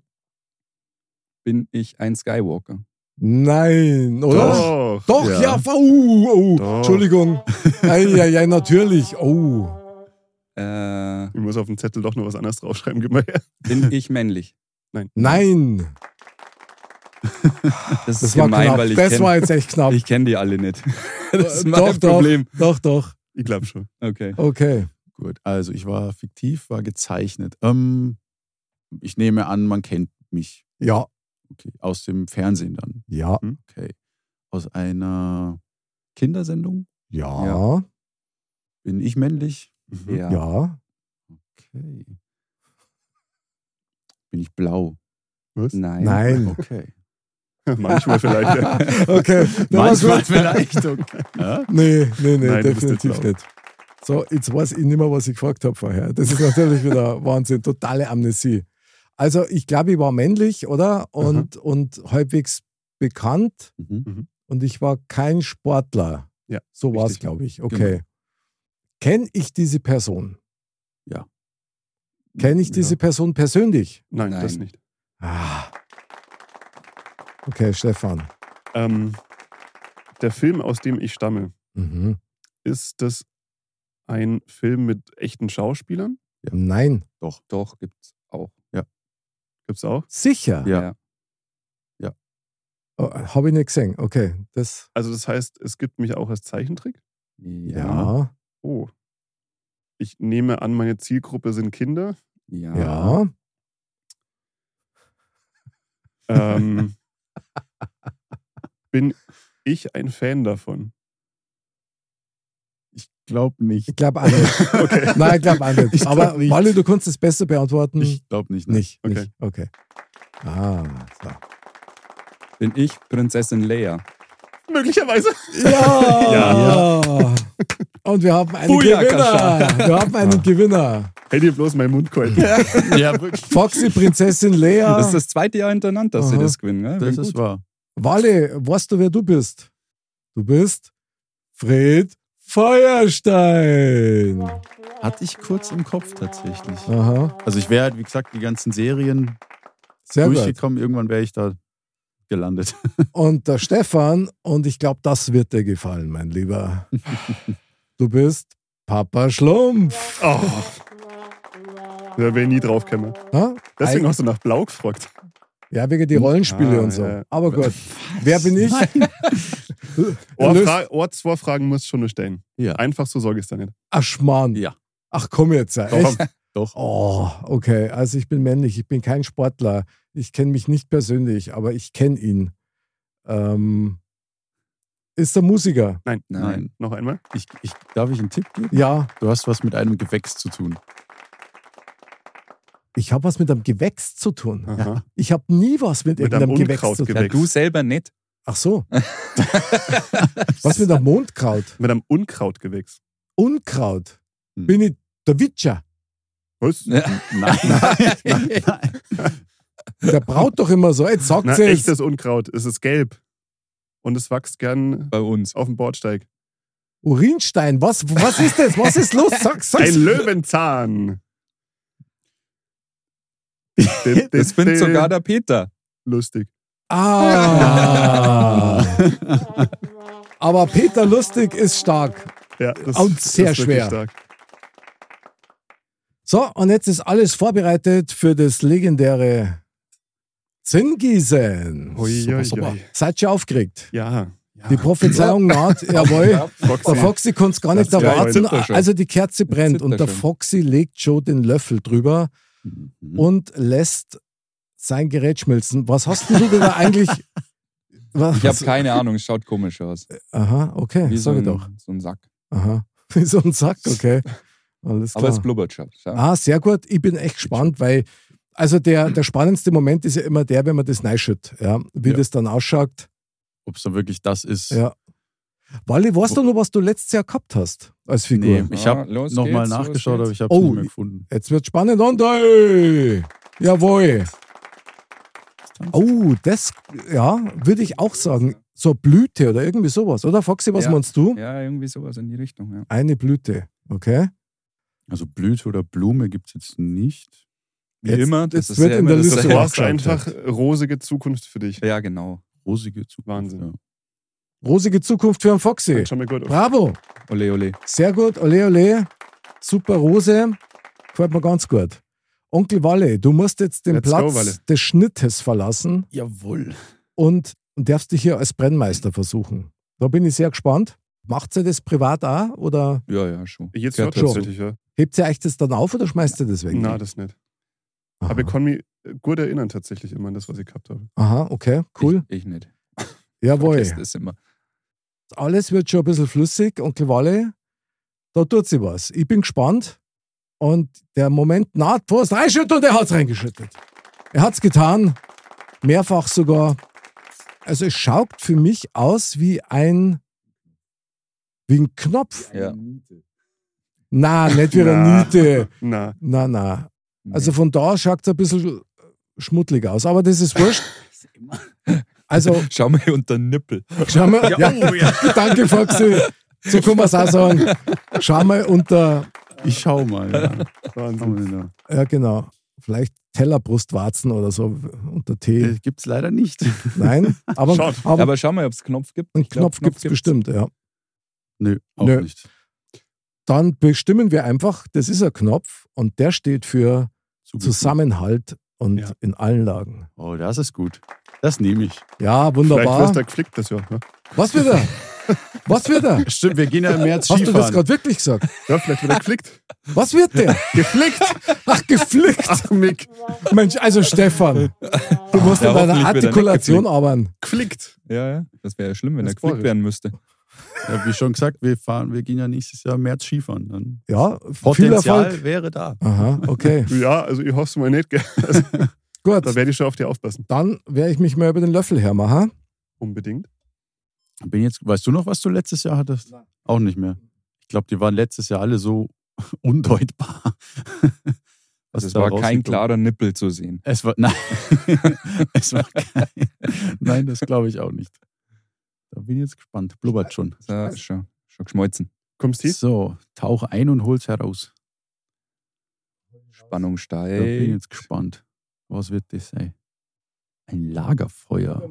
[SPEAKER 4] Bin ich ein Skywalker?
[SPEAKER 1] Nein, oder?
[SPEAKER 5] Doch.
[SPEAKER 1] Doch,
[SPEAKER 3] Ja.
[SPEAKER 1] ja. ja. Oh, oh.
[SPEAKER 5] Doch.
[SPEAKER 1] Entschuldigung. Ja, ja, ja, natürlich. Oh.
[SPEAKER 4] Äh,
[SPEAKER 5] Ich muss auf dem Zettel doch noch was anderes draufschreiben. Gib mal her.
[SPEAKER 4] bin ich männlich?
[SPEAKER 5] Nein.
[SPEAKER 1] Nein.
[SPEAKER 4] Das,
[SPEAKER 1] Das
[SPEAKER 4] ist
[SPEAKER 1] war
[SPEAKER 4] gemein,
[SPEAKER 1] knapp.
[SPEAKER 4] weil ich
[SPEAKER 1] das war
[SPEAKER 4] kenne
[SPEAKER 1] jetzt echt knapp.
[SPEAKER 4] kenn die alle nicht. Das ist
[SPEAKER 1] Äh,
[SPEAKER 4] mein
[SPEAKER 1] doch,
[SPEAKER 4] Problem.
[SPEAKER 1] Doch, doch.
[SPEAKER 5] Ich glaube schon.
[SPEAKER 4] Okay.
[SPEAKER 1] Okay.
[SPEAKER 3] Gut, also ich war fiktiv, war gezeichnet. Ähm, ich nehme an, man kennt mich.
[SPEAKER 1] Ja.
[SPEAKER 3] Okay. Aus dem Fernsehen dann.
[SPEAKER 1] Ja.
[SPEAKER 3] Okay. Aus einer Kindersendung
[SPEAKER 1] Ja.
[SPEAKER 3] bin ich männlich.
[SPEAKER 1] Ja. ja.
[SPEAKER 3] Okay. Bin ich blau?
[SPEAKER 5] Was?
[SPEAKER 4] Nein.
[SPEAKER 1] Nein.
[SPEAKER 3] Okay.
[SPEAKER 5] Manchmal vielleicht. Ja. also-
[SPEAKER 1] Okay. Da war's gut.
[SPEAKER 3] Manchmal vielleicht. Okay. Ja?
[SPEAKER 1] Nee, nee, nee,
[SPEAKER 5] Nein, du bist
[SPEAKER 1] definitiv
[SPEAKER 5] nicht
[SPEAKER 1] nicht. So, jetzt weiß ich nicht mehr, was ich gefragt habe vorher. Das ist natürlich wieder Wahnsinn, totale Amnesie. Also, ich glaube, ich war männlich, oder? Und, und halbwegs bekannt
[SPEAKER 3] Mhm.
[SPEAKER 1] und ich war kein Sportler.
[SPEAKER 5] Ja,
[SPEAKER 1] So war es,
[SPEAKER 5] richtig. Genau.
[SPEAKER 1] glaube ich. Okay. Kenne ich diese Person?
[SPEAKER 3] Ja.
[SPEAKER 1] Kenne ich diese Person persönlich?
[SPEAKER 5] Nein,
[SPEAKER 4] Nein.
[SPEAKER 5] das nicht.
[SPEAKER 1] Ah. Okay, Stefan.
[SPEAKER 5] Ähm, der Film, aus dem ich stamme,
[SPEAKER 1] Mhm.
[SPEAKER 5] ist das ein Film mit echten Schauspielern?
[SPEAKER 1] Nein,
[SPEAKER 4] Doch. Doch, gibt's auch.
[SPEAKER 5] Gibt's auch?
[SPEAKER 1] sicher.
[SPEAKER 3] Ja.
[SPEAKER 1] Oh, habe ich nicht gesehen. Okay, das.
[SPEAKER 5] Also das heißt, es gibt mich auch als Zeichentrick?
[SPEAKER 4] Ja.
[SPEAKER 5] Oh. Ich nehme an, meine Zielgruppe sind Kinder.
[SPEAKER 4] Ja.
[SPEAKER 1] Ja. ja.
[SPEAKER 5] Ähm, bin ich ein Fan davon?
[SPEAKER 3] Ich glaube nicht.
[SPEAKER 1] Ich glaube auch nicht. Nein, ich glaube auch nicht.
[SPEAKER 3] Ich glaub
[SPEAKER 1] Aber
[SPEAKER 3] nicht.
[SPEAKER 1] Wally, du kannst es besser beantworten.
[SPEAKER 3] Ich glaube nicht. ne?
[SPEAKER 1] nicht.
[SPEAKER 5] Okay.
[SPEAKER 1] Nicht. Okay. Ah, so.
[SPEAKER 4] Bin ich Prinzessin Leia?
[SPEAKER 5] Möglicherweise.
[SPEAKER 1] Ja!
[SPEAKER 5] Ja.
[SPEAKER 1] Und wir haben einen
[SPEAKER 4] Booyah,
[SPEAKER 1] Gewinner.
[SPEAKER 4] Kascha.
[SPEAKER 1] Wir haben einen Gewinner.
[SPEAKER 5] Hätte ihr bloß meinen Mund gehalten.
[SPEAKER 3] Ja, wirklich.
[SPEAKER 1] Foxy, Prinzessin Lea.
[SPEAKER 4] Das ist das zweite Jahr hintereinander, dass sie
[SPEAKER 1] Ah. Aha.
[SPEAKER 4] das gewinnen. Ne?
[SPEAKER 3] Das
[SPEAKER 4] Bin
[SPEAKER 3] ist
[SPEAKER 4] gut.
[SPEAKER 3] wahr.
[SPEAKER 1] Wally, weißt du, wer du bist? Du bist Fred Feuerstein.
[SPEAKER 3] Hatte ich kurz im Kopf tatsächlich.
[SPEAKER 1] Aha.
[SPEAKER 3] Also ich wäre halt, wie gesagt, die ganzen Serien
[SPEAKER 1] Sehr gut.
[SPEAKER 3] durchgekommen. Irgendwann wäre ich da gelandet.
[SPEAKER 1] Und der Stefan, und ich glaube, das wird dir gefallen, mein Lieber. Du bist Papa Schlumpf.
[SPEAKER 5] Oh. Da wäre nie drauf gekommen.
[SPEAKER 1] Ha?
[SPEAKER 5] Deswegen hast du nach Blau gefragt.
[SPEAKER 1] ne? Ja, wegen die Rollenspiele
[SPEAKER 5] Ah,
[SPEAKER 1] und so.
[SPEAKER 5] ja.
[SPEAKER 1] Aber gut. Wer bin ich?
[SPEAKER 5] Oh,
[SPEAKER 1] Löst-
[SPEAKER 5] Fra oh, zwei Fragen musst du schon nur stellen.
[SPEAKER 3] Ja.
[SPEAKER 5] Einfach so sage ich es dann nicht.
[SPEAKER 1] Ach, Schmarrn.
[SPEAKER 3] Ja.
[SPEAKER 1] Ach, komm jetzt. ja, Echt?
[SPEAKER 3] Doch.
[SPEAKER 1] Oh, okay. Also ich bin männlich, ich bin kein Sportler. Ich kenne mich nicht persönlich, aber ich kenne ihn. Ähm, ist der Musiker?
[SPEAKER 5] Nein.
[SPEAKER 3] Nein.
[SPEAKER 5] Noch einmal?
[SPEAKER 3] Ich, ich, darf ich einen Tipp geben?
[SPEAKER 1] Ja.
[SPEAKER 3] Du hast was mit einem Gewächs zu tun.
[SPEAKER 1] Ich habe was mit einem Gewächs zu tun.
[SPEAKER 5] Aha.
[SPEAKER 1] Ich habe nie was mit,
[SPEAKER 5] Mit
[SPEAKER 1] irgendeinem
[SPEAKER 5] einem
[SPEAKER 1] Gewächs zu tun.
[SPEAKER 5] Unkrautgewächs.
[SPEAKER 4] Ja, du selber nicht.
[SPEAKER 1] Ach so. was mit einem Mondkraut?
[SPEAKER 5] Mit einem Unkrautgewächs.
[SPEAKER 1] Unkraut.
[SPEAKER 3] Hm.
[SPEAKER 1] Bin ich Der Witcher.
[SPEAKER 5] Was?
[SPEAKER 4] Ja.
[SPEAKER 3] Nein, nein, nein, nein.
[SPEAKER 1] Der braut doch immer so. Jetzt sagt
[SPEAKER 5] Na,
[SPEAKER 1] sie es.
[SPEAKER 5] echtes Unkraut. Es ist gelb. Und es wächst gern
[SPEAKER 4] bei uns.
[SPEAKER 5] auf dem Bordsteig.
[SPEAKER 1] Urinstein. Was, was ist das? Was ist los? Sag, sag's.
[SPEAKER 5] Ein Löwenzahn.
[SPEAKER 4] Das findet sogar der Peter.
[SPEAKER 5] lustig.
[SPEAKER 1] Ah. Aber Peter Lustig ist stark.
[SPEAKER 5] Ja, das,
[SPEAKER 1] Und sehr
[SPEAKER 5] das ist
[SPEAKER 1] schwer.
[SPEAKER 5] wirklich Stark.
[SPEAKER 1] So, und jetzt ist alles vorbereitet für das legendäre Zinngießen.
[SPEAKER 5] Ui,
[SPEAKER 1] Super,
[SPEAKER 5] ui,
[SPEAKER 1] super.
[SPEAKER 5] ui.
[SPEAKER 1] Seid ihr aufgeregt?
[SPEAKER 5] Ja. ja.
[SPEAKER 1] Die Prophezeiung naht, jawohl. Der
[SPEAKER 5] Foxy.
[SPEAKER 1] Foxy kann es gar nicht
[SPEAKER 5] Ja,
[SPEAKER 1] erwarten.
[SPEAKER 4] jetzt zippt er schon.
[SPEAKER 1] Also die Kerze brennt
[SPEAKER 4] zippt
[SPEAKER 1] und
[SPEAKER 4] er
[SPEAKER 1] der
[SPEAKER 4] schon.
[SPEAKER 1] Foxy legt schon den Löffel drüber
[SPEAKER 4] Mhm.
[SPEAKER 1] und lässt sein Gerät schmilzen. Was hast denn du denn da eigentlich? Was?
[SPEAKER 4] Ich habe keine Ahnung, es schaut komisch aus.
[SPEAKER 1] Aha, okay,
[SPEAKER 4] Wie so
[SPEAKER 1] Oh, Äh, sag ich
[SPEAKER 4] ein,
[SPEAKER 1] doch.
[SPEAKER 4] so ein Sack.
[SPEAKER 1] Aha. Wie so ein Sack, okay. Alles klar.
[SPEAKER 4] Aber es blubbert schon. Schau.
[SPEAKER 1] Ah, sehr gut. Ich bin echt gespannt, weil, also der, der spannendste Moment ist ja immer der, wenn man das neischütt, ja, wie
[SPEAKER 3] Ja.
[SPEAKER 1] das dann ausschaut.
[SPEAKER 3] Ob es dann wirklich das ist.
[SPEAKER 1] Ja. Wally, weißt du noch, was du letztes Jahr gehabt hast als Figur?
[SPEAKER 3] Nee, ich
[SPEAKER 4] Ja,
[SPEAKER 3] habe
[SPEAKER 4] los
[SPEAKER 3] nochmal
[SPEAKER 4] geht's, los
[SPEAKER 3] nachgeschaut,
[SPEAKER 4] geht's.
[SPEAKER 3] aber ich habe es
[SPEAKER 1] Oh,
[SPEAKER 3] nicht mehr gefunden.
[SPEAKER 1] Jetzt wird spannend und ey, jawohl. Oh, das, ja, würde ich auch sagen. So eine Blüte oder irgendwie sowas, oder Foxy, was
[SPEAKER 4] Ja.
[SPEAKER 1] meinst du?
[SPEAKER 4] Ja, irgendwie sowas in die Richtung. Ja.
[SPEAKER 1] Eine Blüte, okay.
[SPEAKER 3] Also Blüte oder Blume gibt es jetzt nicht.
[SPEAKER 4] Wie
[SPEAKER 1] Jetzt-
[SPEAKER 4] immer, das
[SPEAKER 1] jetzt
[SPEAKER 4] ist
[SPEAKER 1] wird
[SPEAKER 4] ja
[SPEAKER 1] in
[SPEAKER 4] immer
[SPEAKER 1] der
[SPEAKER 4] das
[SPEAKER 1] Liste
[SPEAKER 5] Du
[SPEAKER 4] Gleiche.
[SPEAKER 5] hast einfach rosige Zukunft für dich.
[SPEAKER 4] Ja, genau.
[SPEAKER 3] Rosige Zukunft.
[SPEAKER 5] Wahnsinn.
[SPEAKER 3] Ja.
[SPEAKER 1] Rosige Zukunft für einen Foxy.
[SPEAKER 5] Dann Schau mir gut auf.
[SPEAKER 1] Bravo.
[SPEAKER 4] Ole, ole.
[SPEAKER 1] Sehr gut, ole ole. Super Rose. Gefällt mir ganz gut. Onkel Walle, du musst jetzt den
[SPEAKER 5] Let's go,
[SPEAKER 1] Platz
[SPEAKER 5] Walle.
[SPEAKER 1] des Schnittes verlassen
[SPEAKER 3] Jawohl.
[SPEAKER 1] und darfst dich hier als Brennmeister versuchen. Da bin ich sehr gespannt. Macht ihr das privat auch oder
[SPEAKER 4] Ja, ja, schon.
[SPEAKER 5] Jetzt
[SPEAKER 4] Gehört
[SPEAKER 5] hört
[SPEAKER 1] schon.
[SPEAKER 5] tatsächlich, ja.
[SPEAKER 1] hebt ihr euch das dann auf oder schmeißt ihr das weg?
[SPEAKER 5] Na, das nicht.
[SPEAKER 1] Aha.
[SPEAKER 5] Aber ich kann mich äh, gut erinnern tatsächlich immer an das, was ich gehabt habe.
[SPEAKER 1] Aha, okay, cool.
[SPEAKER 4] Ich, ich nicht.
[SPEAKER 1] Jawohl.
[SPEAKER 4] Vergesst das immer.
[SPEAKER 1] Alles wird schon ein bisschen flüssig. Onkel Walle, da tut sie was. Ich bin gespannt. Und der Moment naht, wo es reinschüttet und er hat es reingeschüttet. Er hat es getan. Mehrfach sogar. Also es schaut für mich aus wie ein, wie ein Knopf.
[SPEAKER 4] Ja.
[SPEAKER 1] Na, nicht wie eine
[SPEAKER 5] Na.
[SPEAKER 1] Niete.
[SPEAKER 5] Na,
[SPEAKER 1] Na, na.
[SPEAKER 4] Nee.
[SPEAKER 1] Also von da schaut es ein bisschen schmuddelig aus. Aber das ist wurscht. Also
[SPEAKER 4] Schau mal unter den Nippel.
[SPEAKER 1] Schau mal, ja, danke Foxy. So kann man es auch sagen. Schau mal unter,
[SPEAKER 3] Ich schau mal. Ja. Schau
[SPEAKER 5] Wahnsinn.
[SPEAKER 3] mal da.
[SPEAKER 1] ja genau, vielleicht Tellerbrustwarzen oder so unter Tee.
[SPEAKER 3] Das gibt es Äh, leider nicht.
[SPEAKER 1] Nein, aber,
[SPEAKER 5] Schaut.
[SPEAKER 1] aber,
[SPEAKER 4] Aber schau mal, ob es Knopf gibt.
[SPEAKER 1] einen
[SPEAKER 4] Ich glaub,
[SPEAKER 1] Knopf gibt es bestimmt, ja.
[SPEAKER 3] Nö, auch
[SPEAKER 1] Nö.
[SPEAKER 3] nicht.
[SPEAKER 1] Dann bestimmen wir einfach, das ist ein Knopf und der steht für
[SPEAKER 3] Zugefügt.
[SPEAKER 1] Zusammenhalt und
[SPEAKER 5] Ja.
[SPEAKER 1] in allen Lagen.
[SPEAKER 3] Oh, das ist gut. Das nehme ich.
[SPEAKER 1] Ja,
[SPEAKER 5] Vielleicht
[SPEAKER 1] wunderbar.
[SPEAKER 5] wirst du geflickt das Jahr. Ne?
[SPEAKER 1] Was wieder? Was wird er?
[SPEAKER 3] Stimmt, wir gehen ja im März
[SPEAKER 1] Hast du das
[SPEAKER 3] Skifahren.
[SPEAKER 1] gerade wirklich gesagt?
[SPEAKER 5] Ja, vielleicht wird er geflickt.
[SPEAKER 1] Was wird der? Geflickt. Ach, geflickt.
[SPEAKER 5] Ach, Mick.
[SPEAKER 1] Mensch, also Stefan, du musst
[SPEAKER 4] Ja,
[SPEAKER 1] an deiner
[SPEAKER 4] hoffentlich wird er nicht
[SPEAKER 1] Artikulation
[SPEAKER 4] geflickt.
[SPEAKER 1] arbeiten.
[SPEAKER 5] Geflickt.
[SPEAKER 4] Ja, ja. Das wäre ja schlimm, wenn
[SPEAKER 5] Das
[SPEAKER 4] er geflickt
[SPEAKER 5] Boris.
[SPEAKER 4] werden müsste.
[SPEAKER 3] Ja, wie schon gesagt, wir, fahren, wir gehen ja nächstes Jahr im März Skifahren. Dann
[SPEAKER 1] Ja, viel Erfolg.
[SPEAKER 3] Potenzial wäre da.
[SPEAKER 1] Aha, okay.
[SPEAKER 5] Ja, also ich hoffe mal nicht. Gell? Also, da
[SPEAKER 1] Gut,
[SPEAKER 5] werde ich schon auf dir aufpassen.
[SPEAKER 1] dann werde ich mich mal über den Löffel hermachen.
[SPEAKER 5] Unbedingt.
[SPEAKER 3] Bin jetzt, weißt du noch, was du letztes Jahr hattest? Auch nicht mehr. Ich glaube, die waren letztes Jahr alle so undeutbar. Was
[SPEAKER 4] Also es
[SPEAKER 3] da
[SPEAKER 4] war kein
[SPEAKER 3] rausgekommen-
[SPEAKER 4] klarer Nippel zu sehen.
[SPEAKER 3] Es war, nein, es war kein, nein, das glaube ich auch nicht. Da bin ich jetzt gespannt. Blubbert schon.
[SPEAKER 4] Da ist schon, schon geschmolzen.
[SPEAKER 5] Kommst du?
[SPEAKER 3] So, tauche ein und hol's heraus.
[SPEAKER 4] Spannung
[SPEAKER 3] Da bin ich
[SPEAKER 4] steigt.
[SPEAKER 3] jetzt gespannt. Was wird das sein? Ein Lagerfeuer.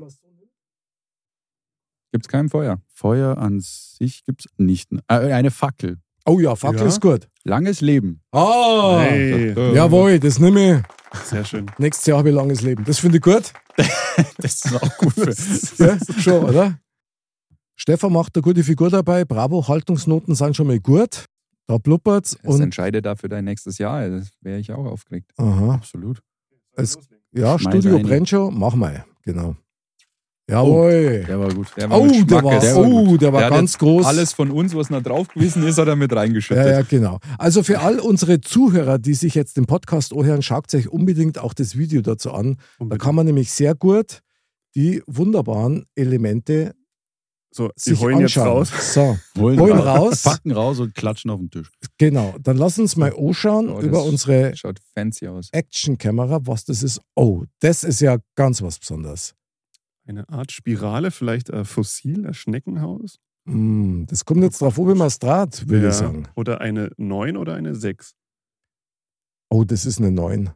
[SPEAKER 4] Gibt es kein Feuer.
[SPEAKER 3] Feuer an sich gibt's nicht. Äh, eine Fackel.
[SPEAKER 1] Oh ja, Fackel
[SPEAKER 5] Ja.
[SPEAKER 1] ist gut.
[SPEAKER 3] Langes Leben.
[SPEAKER 1] Ah,
[SPEAKER 5] Hey.
[SPEAKER 3] Ähm,
[SPEAKER 1] jawohl, das nehme
[SPEAKER 5] Sehr schön.
[SPEAKER 1] ich. Nächstes Jahr habe ich langes Leben. Das finde ich gut.
[SPEAKER 3] Das ist auch gut. für-
[SPEAKER 1] Ja, schon, oder? Stefan macht eine gute Figur dabei. Bravo, Haltungsnoten sind schon mal gut. Da blubbert's
[SPEAKER 4] Das
[SPEAKER 1] und.
[SPEAKER 4] entscheidet dafür dein nächstes Jahr. Das wäre ich auch aufgeregt.
[SPEAKER 1] Aha.
[SPEAKER 3] Absolut.
[SPEAKER 1] Es, ja,
[SPEAKER 3] Schmeiß
[SPEAKER 1] Studio
[SPEAKER 3] eine.
[SPEAKER 1] brennt schon. Mach mal. Genau. Jawohl.
[SPEAKER 3] Der war gut.
[SPEAKER 4] Der war
[SPEAKER 1] Oh,
[SPEAKER 4] mit
[SPEAKER 1] der war,
[SPEAKER 4] Schmackes.
[SPEAKER 1] oh, der war
[SPEAKER 4] Der hat
[SPEAKER 1] ganz groß.
[SPEAKER 4] Alles von uns, was noch drauf gewesen ist, hat er mit
[SPEAKER 1] ja,
[SPEAKER 4] reingeschüttet.
[SPEAKER 1] ja, genau. Also für all unsere Zuhörer, die sich jetzt den Podcast anhören, schaut euch unbedingt auch das Video dazu an. Da kann man nämlich sehr gut die wunderbaren Elemente
[SPEAKER 5] So, die
[SPEAKER 1] sich
[SPEAKER 5] heulen jetzt
[SPEAKER 1] anschauen.
[SPEAKER 5] raus.
[SPEAKER 1] So, holen raus.
[SPEAKER 3] Packen raus und klatschen auf den Tisch.
[SPEAKER 1] genau. Dann lass uns mal anschauen
[SPEAKER 4] Oh, das-
[SPEAKER 1] über unsere
[SPEAKER 4] Schaut fancy aus.
[SPEAKER 1] Action-Kamera, was das ist. Oh, das ist ja ganz was Besonderes.
[SPEAKER 5] Eine Art Spirale, vielleicht ein Fossil, ein Schneckenhaus.
[SPEAKER 1] Hm, das kommt jetzt drauf, ob ich mal's draht, würde ich sagen.
[SPEAKER 5] Oder eine 9 oder eine 6.
[SPEAKER 1] Oh, das ist eine 9.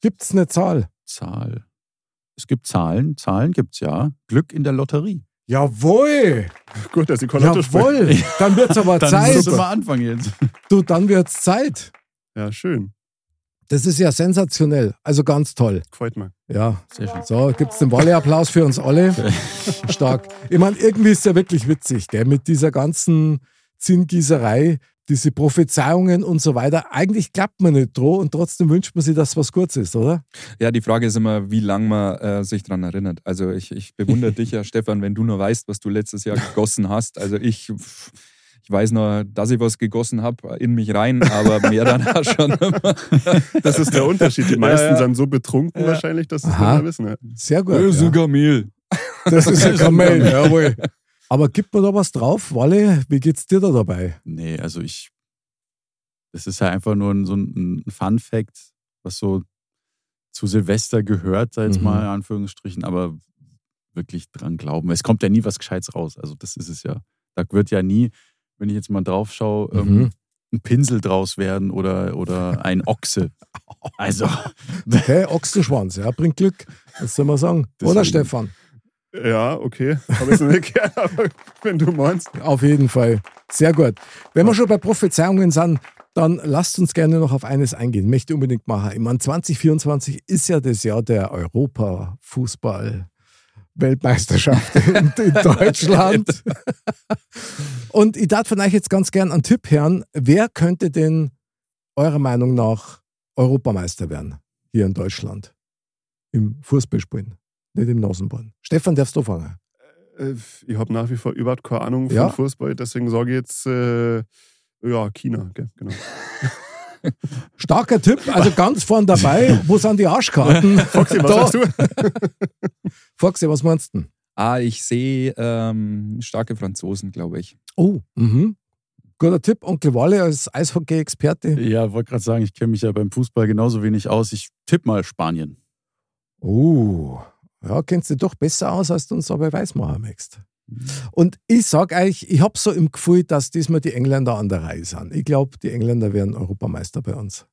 [SPEAKER 1] Gibt's eine Zahl?
[SPEAKER 3] Zahl. Es gibt Zahlen, Zahlen gibt's ja. Glück in der Lotterie.
[SPEAKER 1] Jawohl!
[SPEAKER 5] Gut, dass die Kolonne
[SPEAKER 1] Jawohl! Dann wird's aber Zeit.
[SPEAKER 3] musst du mal anfangen jetzt.
[SPEAKER 1] Du, dann wird's Zeit.
[SPEAKER 5] Ja, schön.
[SPEAKER 1] Das ist ja sensationell. Also ganz toll.
[SPEAKER 5] Freut mich.
[SPEAKER 1] Ja.
[SPEAKER 3] Sehr schön.
[SPEAKER 1] So, gibt's den Wolle-Applaus für uns alle. Stark. Ich meine, irgendwie ist ja wirklich witzig, gell? mit dieser ganzen Zinngießerei, diese Prophezeiungen und so weiter. Eigentlich klappt man nicht droh und trotzdem wünscht man sich, dass was kurz ist, oder?
[SPEAKER 4] Ja, die Frage ist immer, wie lange man äh, sich dran erinnert. Also ich, ich bewundere dich ja, Stefan, wenn du nur weißt, was du letztes Jahr gegossen hast. Also ich, pff, ich weiß nur, dass ich was gegossen habe, in mich rein, aber mehr dann auch schon.
[SPEAKER 5] Das ist der Unterschied. Die meisten
[SPEAKER 4] Ja, ja.
[SPEAKER 5] sind so betrunken
[SPEAKER 4] Ja.
[SPEAKER 5] wahrscheinlich, dass sie es nicht
[SPEAKER 1] Aha.
[SPEAKER 5] mehr wissen. Ja.
[SPEAKER 1] Sehr gut.
[SPEAKER 4] Das ist
[SPEAKER 1] ja.
[SPEAKER 4] ein Kamel.
[SPEAKER 1] Das ist ein Kamel, jawohl. Aber gibt man da was drauf? Walle, wie geht's dir da dabei?
[SPEAKER 3] Nee, also ich. Das ist ja einfach nur ein, so ein Fun-Fact, was so zu Silvester gehört, sag jetzt
[SPEAKER 1] Mhm.
[SPEAKER 3] mal in Anführungsstrichen, aber wirklich dran glauben. Es kommt ja nie was Gescheites raus. Also, das ist es ja. Da wird ja nie, wenn ich jetzt mal drauf schaue, ähm,
[SPEAKER 1] Mhm.
[SPEAKER 3] ein Pinsel draus werden oder, oder ein Ochse. Also,
[SPEAKER 1] Okay, Ochsenschwanz, ja, bringt Glück. Das soll man sagen. Oder
[SPEAKER 3] Deswegen.
[SPEAKER 1] Stefan?
[SPEAKER 5] Ja, okay. Hab jetzt nicht gern, aber wenn du meinst.
[SPEAKER 1] Auf jeden Fall. Sehr gut. Wenn wir schon bei Prophezeiungen sind, dann lasst uns gerne noch auf eines eingehen. Möchte unbedingt machen. Ich meine, 2024 ist ja das Jahr der Europa-Fußball. Weltmeisterschaft in, in Deutschland. Und ich darf von euch jetzt ganz gern einen Tipp hören. Wer könnte denn eurer Meinung nach Europameister werden hier in Deutschland? Im Fußballspielen, nicht im Nasenbohren. Stefan, darfst du fangen?
[SPEAKER 5] Äh, Ich habe nach wie vor überhaupt keine Ahnung von
[SPEAKER 1] Ja.
[SPEAKER 5] Fußball, deswegen sage ich jetzt äh, ja, China. Gell? Genau.
[SPEAKER 1] Starker Tipp, also ganz vorn dabei. Wo sind die Arschkarten? Foxy,
[SPEAKER 5] Was sagst du?
[SPEAKER 1] Foxy, was meinst du? denn?
[SPEAKER 4] Ah, ich sehe ähm, starke Franzosen, glaube ich.
[SPEAKER 1] Oh, mhm. Guter Tipp, Onkel Walle als Eishockey-Experte.
[SPEAKER 3] ja, wollte gerade sagen, ich kenne mich ja beim Fußball genauso wenig aus. Ich tippe mal Spanien.
[SPEAKER 1] Oh, ja, kennst du doch besser aus, als du uns aber weismachen möchtest. Und ich sag euch, ich habe so im Gefühl, dass diesmal die Engländer an der Reihe sind. Ich glaube, die Engländer werden Europameister bei uns.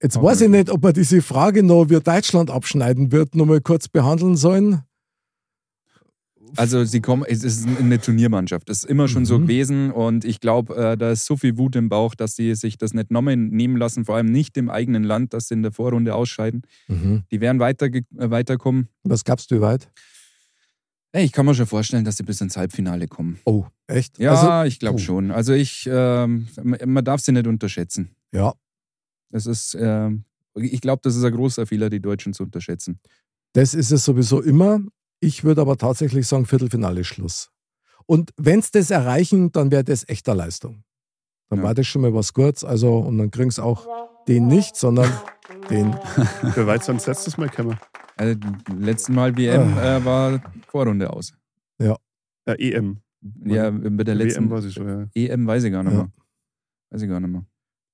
[SPEAKER 1] Jetzt
[SPEAKER 4] Auch
[SPEAKER 1] weiß ich nicht, ob wir diese Frage noch, wie Deutschland abschneiden wird, noch mal kurz behandeln sollen.
[SPEAKER 4] Also sie kommen, es ist eine Turniermannschaft. Das ist immer schon so
[SPEAKER 1] Mhm.
[SPEAKER 4] gewesen und ich glaube, äh, da ist so viel Wut im Bauch, dass sie sich das nicht nommen nehmen lassen, vor allem nicht im eigenen Land, dass sie in der Vorrunde ausscheiden.
[SPEAKER 1] Mhm.
[SPEAKER 4] Die werden weiter, äh, weiterkommen.
[SPEAKER 1] Was gabst du weit?
[SPEAKER 4] Ey, ich kann mir schon vorstellen, dass sie bis ins Halbfinale kommen.
[SPEAKER 1] Oh, echt?
[SPEAKER 4] Ja,
[SPEAKER 1] Also-
[SPEAKER 4] ich glaube
[SPEAKER 1] oh.
[SPEAKER 4] schon. Also ich, ähm, man darf sie nicht unterschätzen.
[SPEAKER 1] Ja,
[SPEAKER 4] Es ist, ähm, ich glaube, das ist ein großer Fehler, die Deutschen zu unterschätzen.
[SPEAKER 1] Das ist es sowieso immer. Ich würde aber tatsächlich sagen, Viertelfinale Schluss. Und wenn es das erreichen, dann wäre das echter Leistung. Dann
[SPEAKER 4] Ja.
[SPEAKER 1] war das schon mal was kurz. Also, und dann kriegen sie auch den nicht, sondern den.
[SPEAKER 5] Wer weiß, wann das letztes Mal käme.
[SPEAKER 4] Also, letzten Mal WM
[SPEAKER 1] Ah.
[SPEAKER 4] äh, war Vorrunde aus.
[SPEAKER 5] Ja, EM.
[SPEAKER 4] Ja, bei der letzten
[SPEAKER 5] WM war sie schon. Ja.
[SPEAKER 4] EM weiß ich gar nicht
[SPEAKER 1] Ja.
[SPEAKER 4] mehr. Weiß ich gar nicht mehr.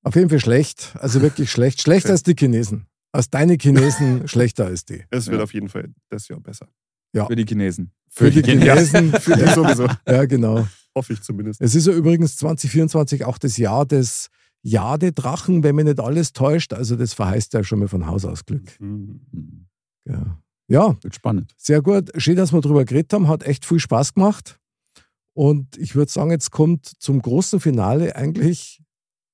[SPEAKER 1] Auf jeden Fall schlecht. Also wirklich schlecht. Schlechter als die Chinesen. Als deine Chinesen schlechter als die.
[SPEAKER 5] Es wird
[SPEAKER 4] Ja.
[SPEAKER 5] auf jeden Fall das Jahr besser.
[SPEAKER 4] Für die Chinesen.
[SPEAKER 1] Für die Chinesen.
[SPEAKER 5] Für dich sowieso.
[SPEAKER 1] Ja, genau.
[SPEAKER 5] Hoffe ich zumindest.
[SPEAKER 1] Es ist ja übrigens 2024 auch das Jahr des Jade-Drachen, wenn mich nicht alles täuscht. Also, das verheißt ja schon mal von Haus aus Glück.
[SPEAKER 5] Mhm.
[SPEAKER 3] Hm,
[SPEAKER 1] Ja. ja,
[SPEAKER 3] Wird spannend.
[SPEAKER 1] Sehr gut. Schön, dass wir drüber geredet haben. Hat echt viel Spaß gemacht. Und ich würde sagen, jetzt kommt zum großen Finale eigentlich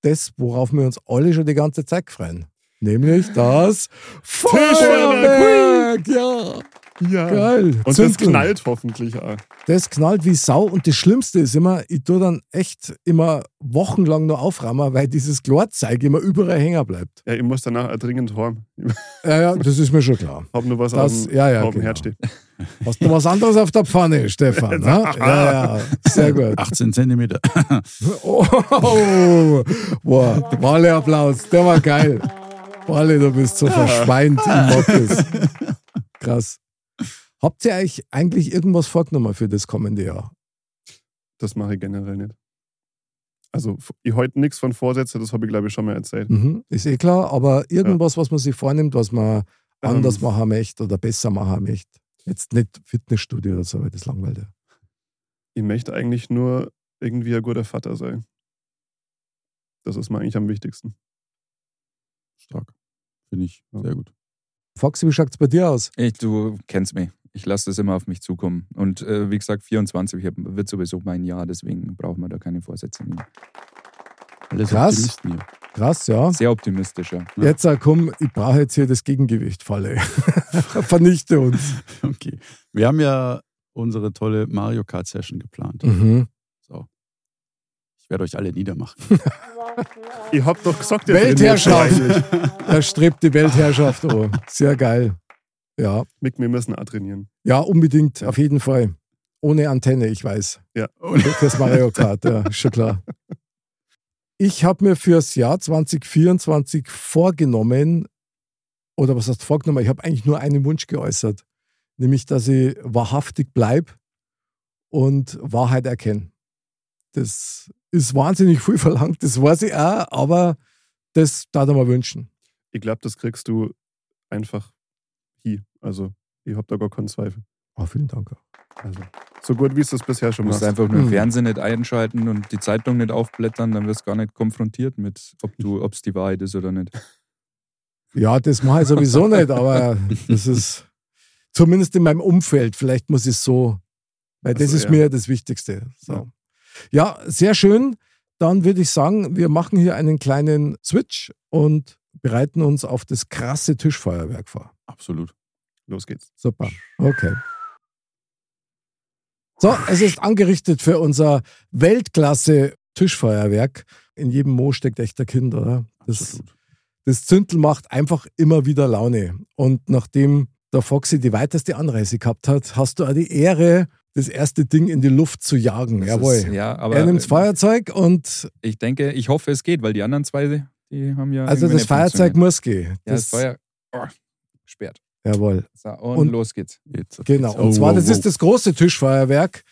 [SPEAKER 1] das, worauf wir uns alle schon die ganze Zeit freuen. Nämlich das Feuerwerk. Ja,
[SPEAKER 5] Ja.
[SPEAKER 1] geil.
[SPEAKER 5] Und das
[SPEAKER 1] Zündeln.
[SPEAKER 5] knallt hoffentlich auch.
[SPEAKER 1] Das knallt wie Sau. Und das Schlimmste ist immer, ich tue dann echt immer wochenlang nur auframmen, weil dieses Glorzeig immer überall hängen bleibt.
[SPEAKER 5] Ja, ich muss danach auch dringend heim. Ich
[SPEAKER 1] Ja, ja, das ist mir schon klar.
[SPEAKER 5] hab nur was
[SPEAKER 1] Das-
[SPEAKER 5] auf dem,
[SPEAKER 1] ja, ja,
[SPEAKER 5] auf dem
[SPEAKER 1] genau.
[SPEAKER 5] Herd stehen.
[SPEAKER 1] Hast du was anderes auf der Pfanne, Stefan? Ne? Ja, ja, sehr gut.
[SPEAKER 3] 18 Zentimeter.
[SPEAKER 1] Oh, boah, Wale Applaus, der war geil. Wale, du bist so verschweint, ich mag das. Krass. Habt ihr euch eigentlich irgendwas vorgenommen für das kommende Jahr?
[SPEAKER 5] Das mache ich generell nicht. Also, f- ich heute nichts von Vorsätze, das habe ich, glaube ich, schon mal erzählt.
[SPEAKER 1] Mhm, ist eh klar, aber irgendwas, was man sich vornimmt, was man anders machen möchte oder besser machen möchte. Jetzt nicht Fitnessstudio oder so, weil das langweilt ja.
[SPEAKER 5] Ich möchte eigentlich nur irgendwie ein guter Vater sein. Das ist mir eigentlich am wichtigsten.
[SPEAKER 3] Stark. Finde ich
[SPEAKER 5] Ja.
[SPEAKER 3] sehr gut.
[SPEAKER 1] Foxy, wie schaut es bei dir aus?
[SPEAKER 4] Ich, du kennst mich. Ich lasse das immer auf mich zukommen. Und äh, wie gesagt, 24 hab- wird sowieso mein Jahr, deswegen brauchen wir da keine Vorsätze nehmen.
[SPEAKER 3] Alles
[SPEAKER 1] Krass.
[SPEAKER 3] Optimisten hier.
[SPEAKER 1] Krass, ja.
[SPEAKER 4] Sehr optimistischer.
[SPEAKER 3] Ja.
[SPEAKER 1] Jetzt äh, komm, ich brauche jetzt hier das Gegengewicht, Falle. Vernichte uns.
[SPEAKER 3] Okay. Wir haben ja unsere tolle Mario Kart Session geplant.
[SPEAKER 1] Mhm.
[SPEAKER 3] So. Ich werde euch alle niedermachen.
[SPEAKER 5] Ihr habt doch gesagt, ihr
[SPEAKER 1] Weltherrschaft!
[SPEAKER 5] trainiert schon eigentlich.
[SPEAKER 1] Er strebt die Weltherrschaft an. Sehr geil. Ja.
[SPEAKER 5] Mick, wir müssen auch trainieren.
[SPEAKER 1] Ja, unbedingt, auf jeden Fall. Ohne Antenne, ich weiß.
[SPEAKER 5] Ja.
[SPEAKER 1] Fürs Mario Kart, ja, ist schon klar. Ich habe mir fürs Jahr 2024 vorgenommen, oder was heißt vorgenommen? Ich habe eigentlich nur einen Wunsch geäußert, nämlich, dass ich wahrhaftig bleibe und Wahrheit erkenne. Das ist wahnsinnig viel verlangt, das weiß ich auch, aber das darf ich mir wünschen.
[SPEAKER 5] Ich glaube, das kriegst du einfach hier. Also, ich hab da gar keinen Zweifel.
[SPEAKER 1] Ah, vielen Dank.
[SPEAKER 5] Also, so gut, wie es das bisher
[SPEAKER 4] Du
[SPEAKER 5] schon
[SPEAKER 4] musst
[SPEAKER 5] machst.
[SPEAKER 4] einfach nur
[SPEAKER 1] Mhm.
[SPEAKER 4] den Fernseher nicht einschalten und die Zeitung nicht aufblättern, dann wirst du gar nicht konfrontiert mit, ob du, ob es die Wahrheit ist oder nicht.
[SPEAKER 1] Ja, das mache ich sowieso nicht, aber das ist zumindest in meinem Umfeld. Vielleicht muss ich so, weil das
[SPEAKER 5] Also,
[SPEAKER 1] ist
[SPEAKER 5] ja.
[SPEAKER 1] mir das Wichtigste. So. Ja. sehr schön. Dann würde ich sagen, wir machen hier einen kleinen Switch und bereiten uns auf das krasse Tischfeuerwerk vor.
[SPEAKER 3] Absolut.
[SPEAKER 5] Los geht's.
[SPEAKER 1] Super. Okay. So, es ist angerichtet für unser Weltklasse-Tischfeuerwerk. In jedem Mo steckt echter Kind, oder? Das,
[SPEAKER 3] Absolut.
[SPEAKER 1] das Zündel macht einfach immer wieder Laune. Und nachdem der Foxy die weiteste Anreise gehabt hat, hast du auch die Ehre, das erste Ding in die Luft zu jagen.
[SPEAKER 4] Das
[SPEAKER 1] Jawohl.
[SPEAKER 4] Ist, ja, aber äh,
[SPEAKER 1] er nimmt das Feuerzeug und
[SPEAKER 4] ich denke, ich hoffe, es geht, weil die anderen zwei, die haben ja.
[SPEAKER 1] also
[SPEAKER 4] irgendwie
[SPEAKER 1] das
[SPEAKER 4] nicht
[SPEAKER 1] Feuerzeug
[SPEAKER 4] funktioniert.
[SPEAKER 1] muss gehen.
[SPEAKER 4] Ja, das
[SPEAKER 1] Das,
[SPEAKER 4] Feuer. Oh, sperrt.
[SPEAKER 1] jawohl.
[SPEAKER 4] So, und,
[SPEAKER 1] Und-
[SPEAKER 4] los geht's.
[SPEAKER 3] Jetzt, jetzt.
[SPEAKER 1] Genau.
[SPEAKER 3] Oh,
[SPEAKER 1] Und zwar,
[SPEAKER 3] wow,
[SPEAKER 1] das
[SPEAKER 3] wow.
[SPEAKER 1] ist das große Tischfeuerwerk.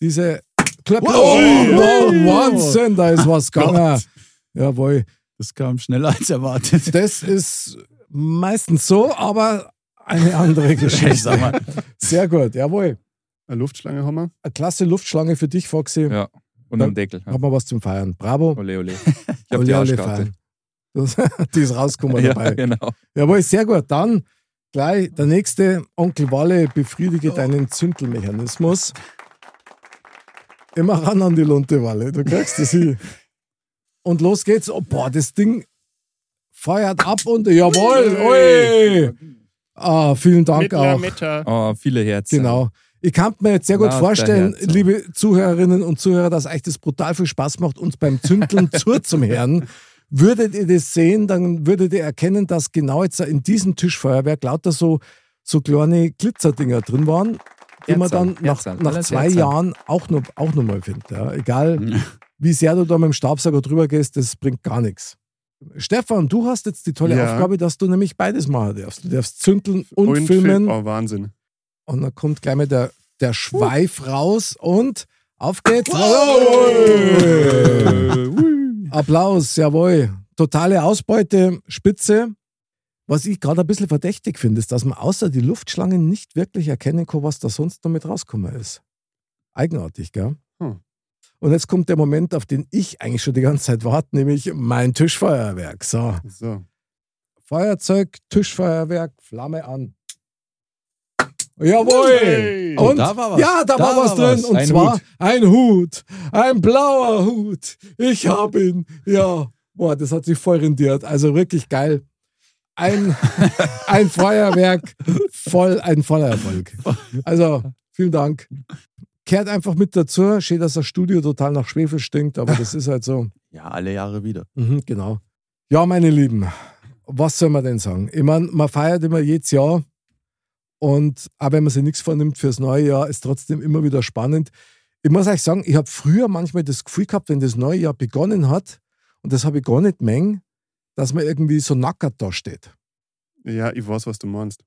[SPEAKER 1] Diese Klappe.
[SPEAKER 3] Wow.
[SPEAKER 1] Oh, Wahnsinn, da ist was gegangen.
[SPEAKER 3] Gott.
[SPEAKER 1] Jawohl.
[SPEAKER 3] Das kam schneller als erwartet.
[SPEAKER 1] Das ist meistens so, aber eine andere
[SPEAKER 3] Ich sag
[SPEAKER 1] Geschichte.
[SPEAKER 3] mal,
[SPEAKER 1] Sehr gut, jawohl.
[SPEAKER 5] Eine Luftschlange haben wir.
[SPEAKER 1] Eine klasse Luftschlange für dich, Foxy.
[SPEAKER 4] Ja. Und
[SPEAKER 1] Ja.
[SPEAKER 4] am Deckel.
[SPEAKER 1] Haben wir was zum Feiern. Bravo.
[SPEAKER 4] Ole, ole. Ich hab die
[SPEAKER 1] Oh. Ole, ole,
[SPEAKER 4] Arschkarte.
[SPEAKER 1] feiern. Das, die ist rausgekommen
[SPEAKER 4] Ja,
[SPEAKER 1] dabei.
[SPEAKER 4] genau.
[SPEAKER 1] Jawohl, sehr gut. Dann gleich der nächste. Onkel Walle, befriedige deinen Zündelmechanismus. Immer ran an die Lunte, Walle. Du kriegst das hin. Und los geht's. Oh, boah, das Ding feuert ab und jawohl. Ui. Ah, vielen Dank auch.
[SPEAKER 4] Oh, viele Herzen.
[SPEAKER 1] Genau. Ich kann mir jetzt sehr gut
[SPEAKER 4] Na,
[SPEAKER 1] vorstellen,
[SPEAKER 4] aus der Herzen.
[SPEAKER 1] liebe Zuhörerinnen und Zuhörer, dass euch das brutal viel Spaß macht, uns beim Zündeln zur zum Herren. Würdet ihr das sehen, dann würdet ihr erkennen, dass genau jetzt in diesem Tischfeuerwerk lauter so, so kleine Glitzerdinger drin waren, die man
[SPEAKER 4] Herzerl,
[SPEAKER 1] dann nach,
[SPEAKER 4] Herzerl,
[SPEAKER 1] nach
[SPEAKER 4] alles
[SPEAKER 1] zwei
[SPEAKER 4] Herzerl.
[SPEAKER 1] Jahren auch noch, auch noch mal findet. Ja. Egal, wie sehr du da mit dem Staubsauger drüber gehst, das bringt gar nichts. Stefan, du hast jetzt die tolle
[SPEAKER 5] Ja.
[SPEAKER 1] Aufgabe, dass du nämlich beides machen darfst. Du darfst zündeln und,
[SPEAKER 5] Film.
[SPEAKER 1] filmen.
[SPEAKER 5] Oh, Wahnsinn.
[SPEAKER 1] Und dann kommt gleich mal der, der Schweif raus und auf geht's.
[SPEAKER 4] Äh,
[SPEAKER 1] Applaus, jawohl. Totale Ausbeute, Spitze. Was ich gerade ein bisschen verdächtig finde, ist, dass man außer die Luftschlangen nicht wirklich erkennen kann, was da sonst noch mit rausgekommen ist. Eigenartig, gell?
[SPEAKER 5] Hm.
[SPEAKER 1] Und jetzt kommt der Moment, auf den ich eigentlich schon die ganze Zeit warte, nämlich mein Tischfeuerwerk. So.
[SPEAKER 5] So.
[SPEAKER 1] Feuerzeug, Tischfeuerwerk, Flamme an. Jawohl!
[SPEAKER 5] Hey.
[SPEAKER 3] Oh, da war was.
[SPEAKER 1] Ja, da,
[SPEAKER 3] Da
[SPEAKER 1] war was
[SPEAKER 3] war
[SPEAKER 1] drin.
[SPEAKER 3] was.
[SPEAKER 1] Und
[SPEAKER 4] Ein
[SPEAKER 1] zwar
[SPEAKER 4] Hut.
[SPEAKER 1] ein Hut. Ein blauer Hut. Ich hab ihn. Ja. Boah, das hat sich voll rendiert. Also wirklich geil. Ein, ein Feuerwerk, voll, ein voller Erfolg. Also, vielen Dank. Kehrt einfach mit dazu. Schön, dass das Studio total nach Schwefel stinkt, aber das ist halt so.
[SPEAKER 3] Ja, alle Jahre wieder.
[SPEAKER 1] Mhm, genau. Ja, meine Lieben, was soll man denn sagen? Ich meine, man feiert immer jedes Jahr und auch wenn man sich nichts vornimmt fürs neue Jahr, ist trotzdem immer wieder spannend. Ich muss euch sagen, ich habe früher manchmal das Gefühl gehabt, wenn das neue Jahr begonnen hat, und das habe ich gar nicht mengen, dass man irgendwie so nackert da steht.
[SPEAKER 5] Ja, ich weiß, was du meinst.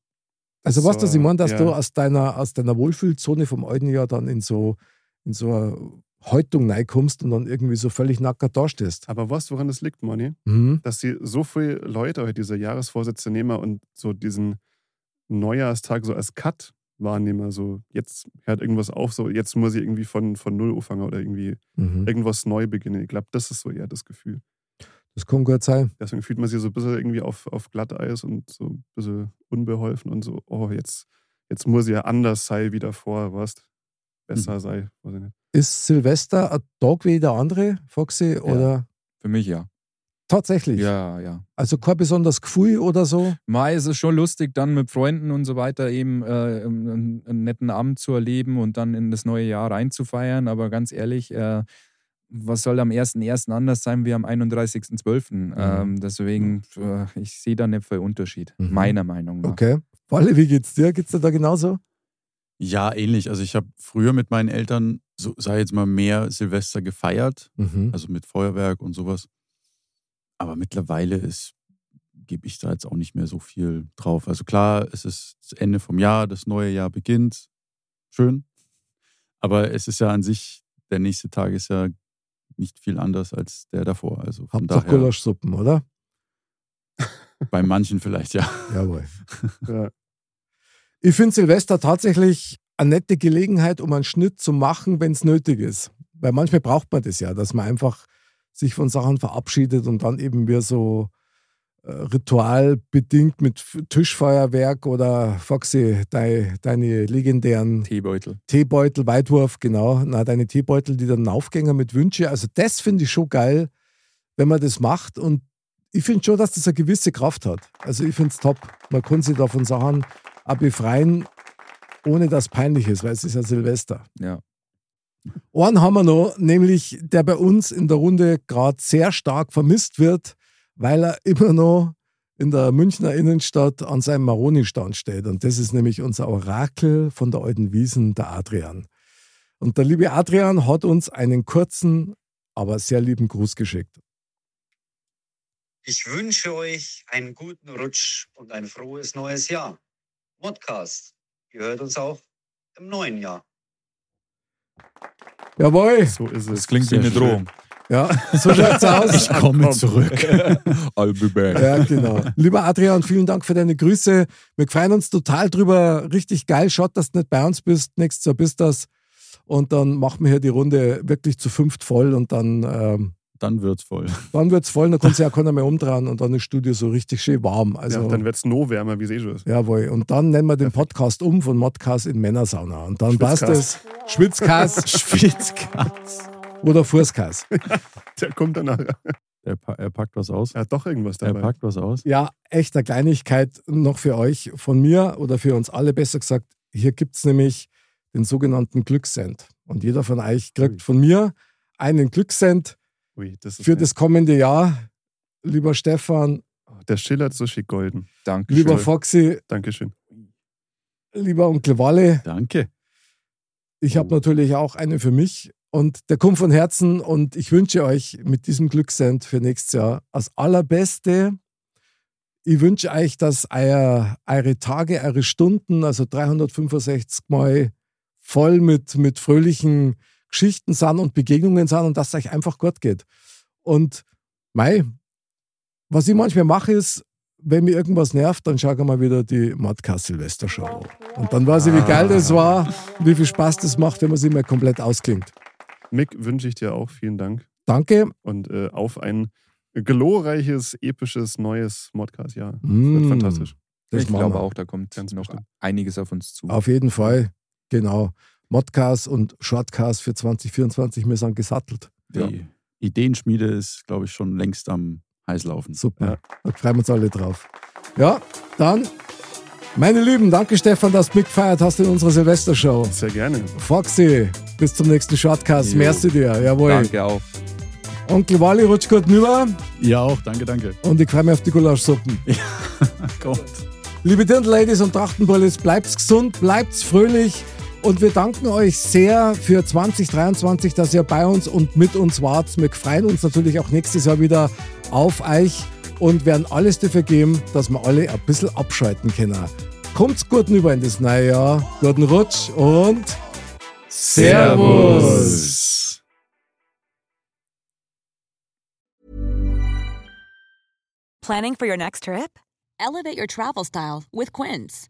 [SPEAKER 1] Also was
[SPEAKER 5] So,
[SPEAKER 1] das, ich meine, dass
[SPEAKER 5] ja.
[SPEAKER 1] du aus deiner, aus deiner Wohlfühlzone vom alten Jahr dann in so, in so eine Häutung reinkommst und dann irgendwie so völlig nackert dastehst.
[SPEAKER 5] Aber was, woran das liegt, Moni?
[SPEAKER 1] Mhm.
[SPEAKER 5] dass sie so viele Leute heute diese Jahresvorsätze nehmen und so diesen Neujahrstag so als Cut wahrnehmen. So, jetzt hört irgendwas auf, so jetzt muss ich irgendwie von, von Null anfangen oder irgendwie
[SPEAKER 1] Mhm.
[SPEAKER 5] irgendwas neu beginnen. Ich glaube, das ist so eher das Gefühl.
[SPEAKER 1] Das kann gut sein.
[SPEAKER 5] Deswegen fühlt man sich so ein bisschen irgendwie auf, auf Glatteis und so ein bisschen unbeholfen und so, oh, jetzt, jetzt muss ich ja anders sein wie davor, was besser sei. Weiß ich nicht.
[SPEAKER 1] Ist Silvester ein Tag wie jeder andere, Foxy? Oder
[SPEAKER 4] Für mich ja.
[SPEAKER 1] tatsächlich?
[SPEAKER 4] Ja, ja.
[SPEAKER 1] Also kein besonderes Gefühl oder so?
[SPEAKER 4] Mai ist es schon lustig, dann mit Freunden und so weiter eben äh, einen, einen netten Abend zu erleben und dann in das neue Jahr reinzufeiern. Aber ganz ehrlich, äh, was soll am 1.1. anders sein wie am 31.12.? Ähm, deswegen, äh, ich sehe da nicht viel Unterschied,
[SPEAKER 1] Mhm.
[SPEAKER 4] meiner Meinung nach.
[SPEAKER 1] Okay. Walle, wie geht's dir? Geht's dir da genauso?
[SPEAKER 3] Ja, ähnlich. Also ich habe früher mit meinen Eltern, so, sag ich jetzt mal, mehr Silvester gefeiert,
[SPEAKER 1] Mhm.
[SPEAKER 3] also mit Feuerwerk und sowas. Aber mittlerweile ist, gebe ich da jetzt auch nicht mehr so viel drauf. Also klar, es ist das Ende vom Jahr, das neue Jahr beginnt. Schön. Aber es ist ja an sich, der nächste Tag ist ja nicht viel anders als der davor. Also von
[SPEAKER 1] Hauptsache
[SPEAKER 3] daher,
[SPEAKER 1] Gulaschsuppen, oder?
[SPEAKER 3] bei manchen vielleicht, ja.
[SPEAKER 1] Jawohl.
[SPEAKER 5] Ja.
[SPEAKER 1] Ich finde Silvester tatsächlich eine nette Gelegenheit, um einen Schnitt zu machen, wenn es nötig ist. Weil manchmal braucht man das ja, dass man einfach sich von Sachen verabschiedet und dann eben wieder so äh, ritualbedingt mit F- Tischfeuerwerk oder Foxy, deine, deine legendären
[SPEAKER 4] Teebeutel.
[SPEAKER 1] Teebeutel, Weitwurf, genau. Na, deine Teebeutel, die dann Aufgänger mit Wünsche. Also, das finde ich schon geil, wenn man das macht. Und ich finde schon, dass das eine gewisse Kraft hat. Also, ich finde es top. Man kann sich da von Sachen auch befreien, ohne dass peinlich ist, weil es ist ja Silvester.
[SPEAKER 4] Ja.
[SPEAKER 1] Einen haben wir noch, nämlich der bei uns in der Runde gerade sehr stark vermisst wird, weil er immer noch in der Münchner Innenstadt an seinem Maroni-Stand steht. Und das ist nämlich unser Orakel von der alten Wiesen, der Adrian. Und der liebe Adrian hat uns einen kurzen, aber sehr lieben Gruß geschickt.
[SPEAKER 6] Ich wünsche euch einen guten Rutsch und ein frohes neues Jahr. Modcast, ihr hört uns auch im neuen Jahr.
[SPEAKER 1] Jawohl!
[SPEAKER 5] So ist es.
[SPEAKER 4] Das klingt
[SPEAKER 3] Sehr
[SPEAKER 4] wie eine
[SPEAKER 3] schön.
[SPEAKER 4] Drohung.
[SPEAKER 1] Ja, so schaut's aus.
[SPEAKER 3] komme zurück. I'll be back.
[SPEAKER 1] Ja, genau. Lieber Adrian, vielen Dank für deine Grüße. Wir freuen uns total drüber. Richtig geil. Schaut, dass du nicht bei uns bist. Nächstes Jahr bist das. Und dann machen wir hier die Runde wirklich zu fünft voll und dann, ähm,
[SPEAKER 3] Dann wird's voll.
[SPEAKER 1] dann wird's voll, dann kann sich ja keiner mehr umdrehen und dann ist Studio so richtig schön warm. Also,
[SPEAKER 5] ja, dann wird es noch wärmer, wie es eh schon ist.
[SPEAKER 1] jawohl. Und dann nennen wir den Podcast um von Modcast in Männersauna. Und dann passt es.
[SPEAKER 5] Schwitzcast.
[SPEAKER 1] Schwitzkass
[SPEAKER 3] Spitzkatz.
[SPEAKER 1] oder Furskass.
[SPEAKER 5] Der kommt danach.
[SPEAKER 3] Er, pa er packt was aus.
[SPEAKER 5] Er hat doch irgendwas
[SPEAKER 3] Er
[SPEAKER 5] dabei.
[SPEAKER 3] packt was aus.
[SPEAKER 1] Ja, echter Kleinigkeit noch für euch von mir oder für uns alle besser gesagt. Hier gibt es nämlich den sogenannten Glückssend. Und jeder von euch kriegt von mir einen Glückssend
[SPEAKER 5] Ui, das ist
[SPEAKER 1] für
[SPEAKER 5] nett.
[SPEAKER 1] das kommende Jahr. Lieber Stefan,
[SPEAKER 5] Der schillert so schick golden.
[SPEAKER 4] Danke.
[SPEAKER 1] lieber Foxy,
[SPEAKER 5] Dankeschön.
[SPEAKER 1] lieber Onkel Walle.
[SPEAKER 3] Danke.
[SPEAKER 1] Ich habe natürlich auch einen für mich. Und der kommt von Herzen. Und ich wünsche euch mit diesem Glückssend für nächstes Jahr das Allerbeste. Ich wünsche euch, dass euer, eure Tage, eure Stunden, also 365 Mal voll mit, mit fröhlichen Geschichten sind und Begegnungen sind und dass es euch einfach gut geht. Und mei, was ich manchmal mache, ist, wenn mir irgendwas nervt, dann schaue ich mal wieder die Modcast Silvester Show an. Und dann weiß ich, wie geil das war, und wie viel Spaß das macht, wenn man sich mal komplett ausklingt.
[SPEAKER 5] Mick wünsche ich dir auch vielen Dank
[SPEAKER 1] Danke.
[SPEAKER 5] und äh, auf ein glorreiches, episches, neues Modcast-Jahr.
[SPEAKER 1] Mm.
[SPEAKER 5] Wird fantastisch.
[SPEAKER 1] Das
[SPEAKER 4] ich
[SPEAKER 1] machen
[SPEAKER 4] glaube
[SPEAKER 1] wir.
[SPEAKER 4] auch, da kommt
[SPEAKER 5] Ganz
[SPEAKER 4] noch
[SPEAKER 5] bestimmt.
[SPEAKER 4] einiges auf uns zu.
[SPEAKER 1] Auf jeden Fall. Genau. Modcast und Shortcast für 2024, wir sind gesattelt.
[SPEAKER 3] Die Ideenschmiede ist, glaube ich, schon längst am Heißlaufen.
[SPEAKER 1] Super. Da freuen wir uns alle drauf. Ja, dann, meine Lieben, danke Stefan, dass du mitgefeiert hast in unserer Silvestershow.
[SPEAKER 5] Sehr gerne.
[SPEAKER 1] Foxy, bis zum nächsten Shortcast.
[SPEAKER 3] Jo.
[SPEAKER 1] Merci dir. Jawohl.
[SPEAKER 4] Danke auch.
[SPEAKER 1] Onkel Wally, rutsch gut rüber
[SPEAKER 3] Ja, auch. Danke, danke.
[SPEAKER 1] und ich freue mich auf die Gulaschsuppen.
[SPEAKER 3] Gott.
[SPEAKER 1] Liebe Dirndl-Ladies und Trachtenbullis, bleibt's gesund, bleibt's fröhlich und wir danken euch sehr für 2023, dass ihr bei uns und mit uns wart. Wir freuen uns natürlich auch nächstes Jahr wieder auf euch und werden alles dafür geben, dass wir alle ein bisschen abschalten können. Kommt's gut rüber in das neue Jahr. Guten Rutsch und
[SPEAKER 3] Servus.
[SPEAKER 7] Planning for your next trip? Elevate your travel style with Quince.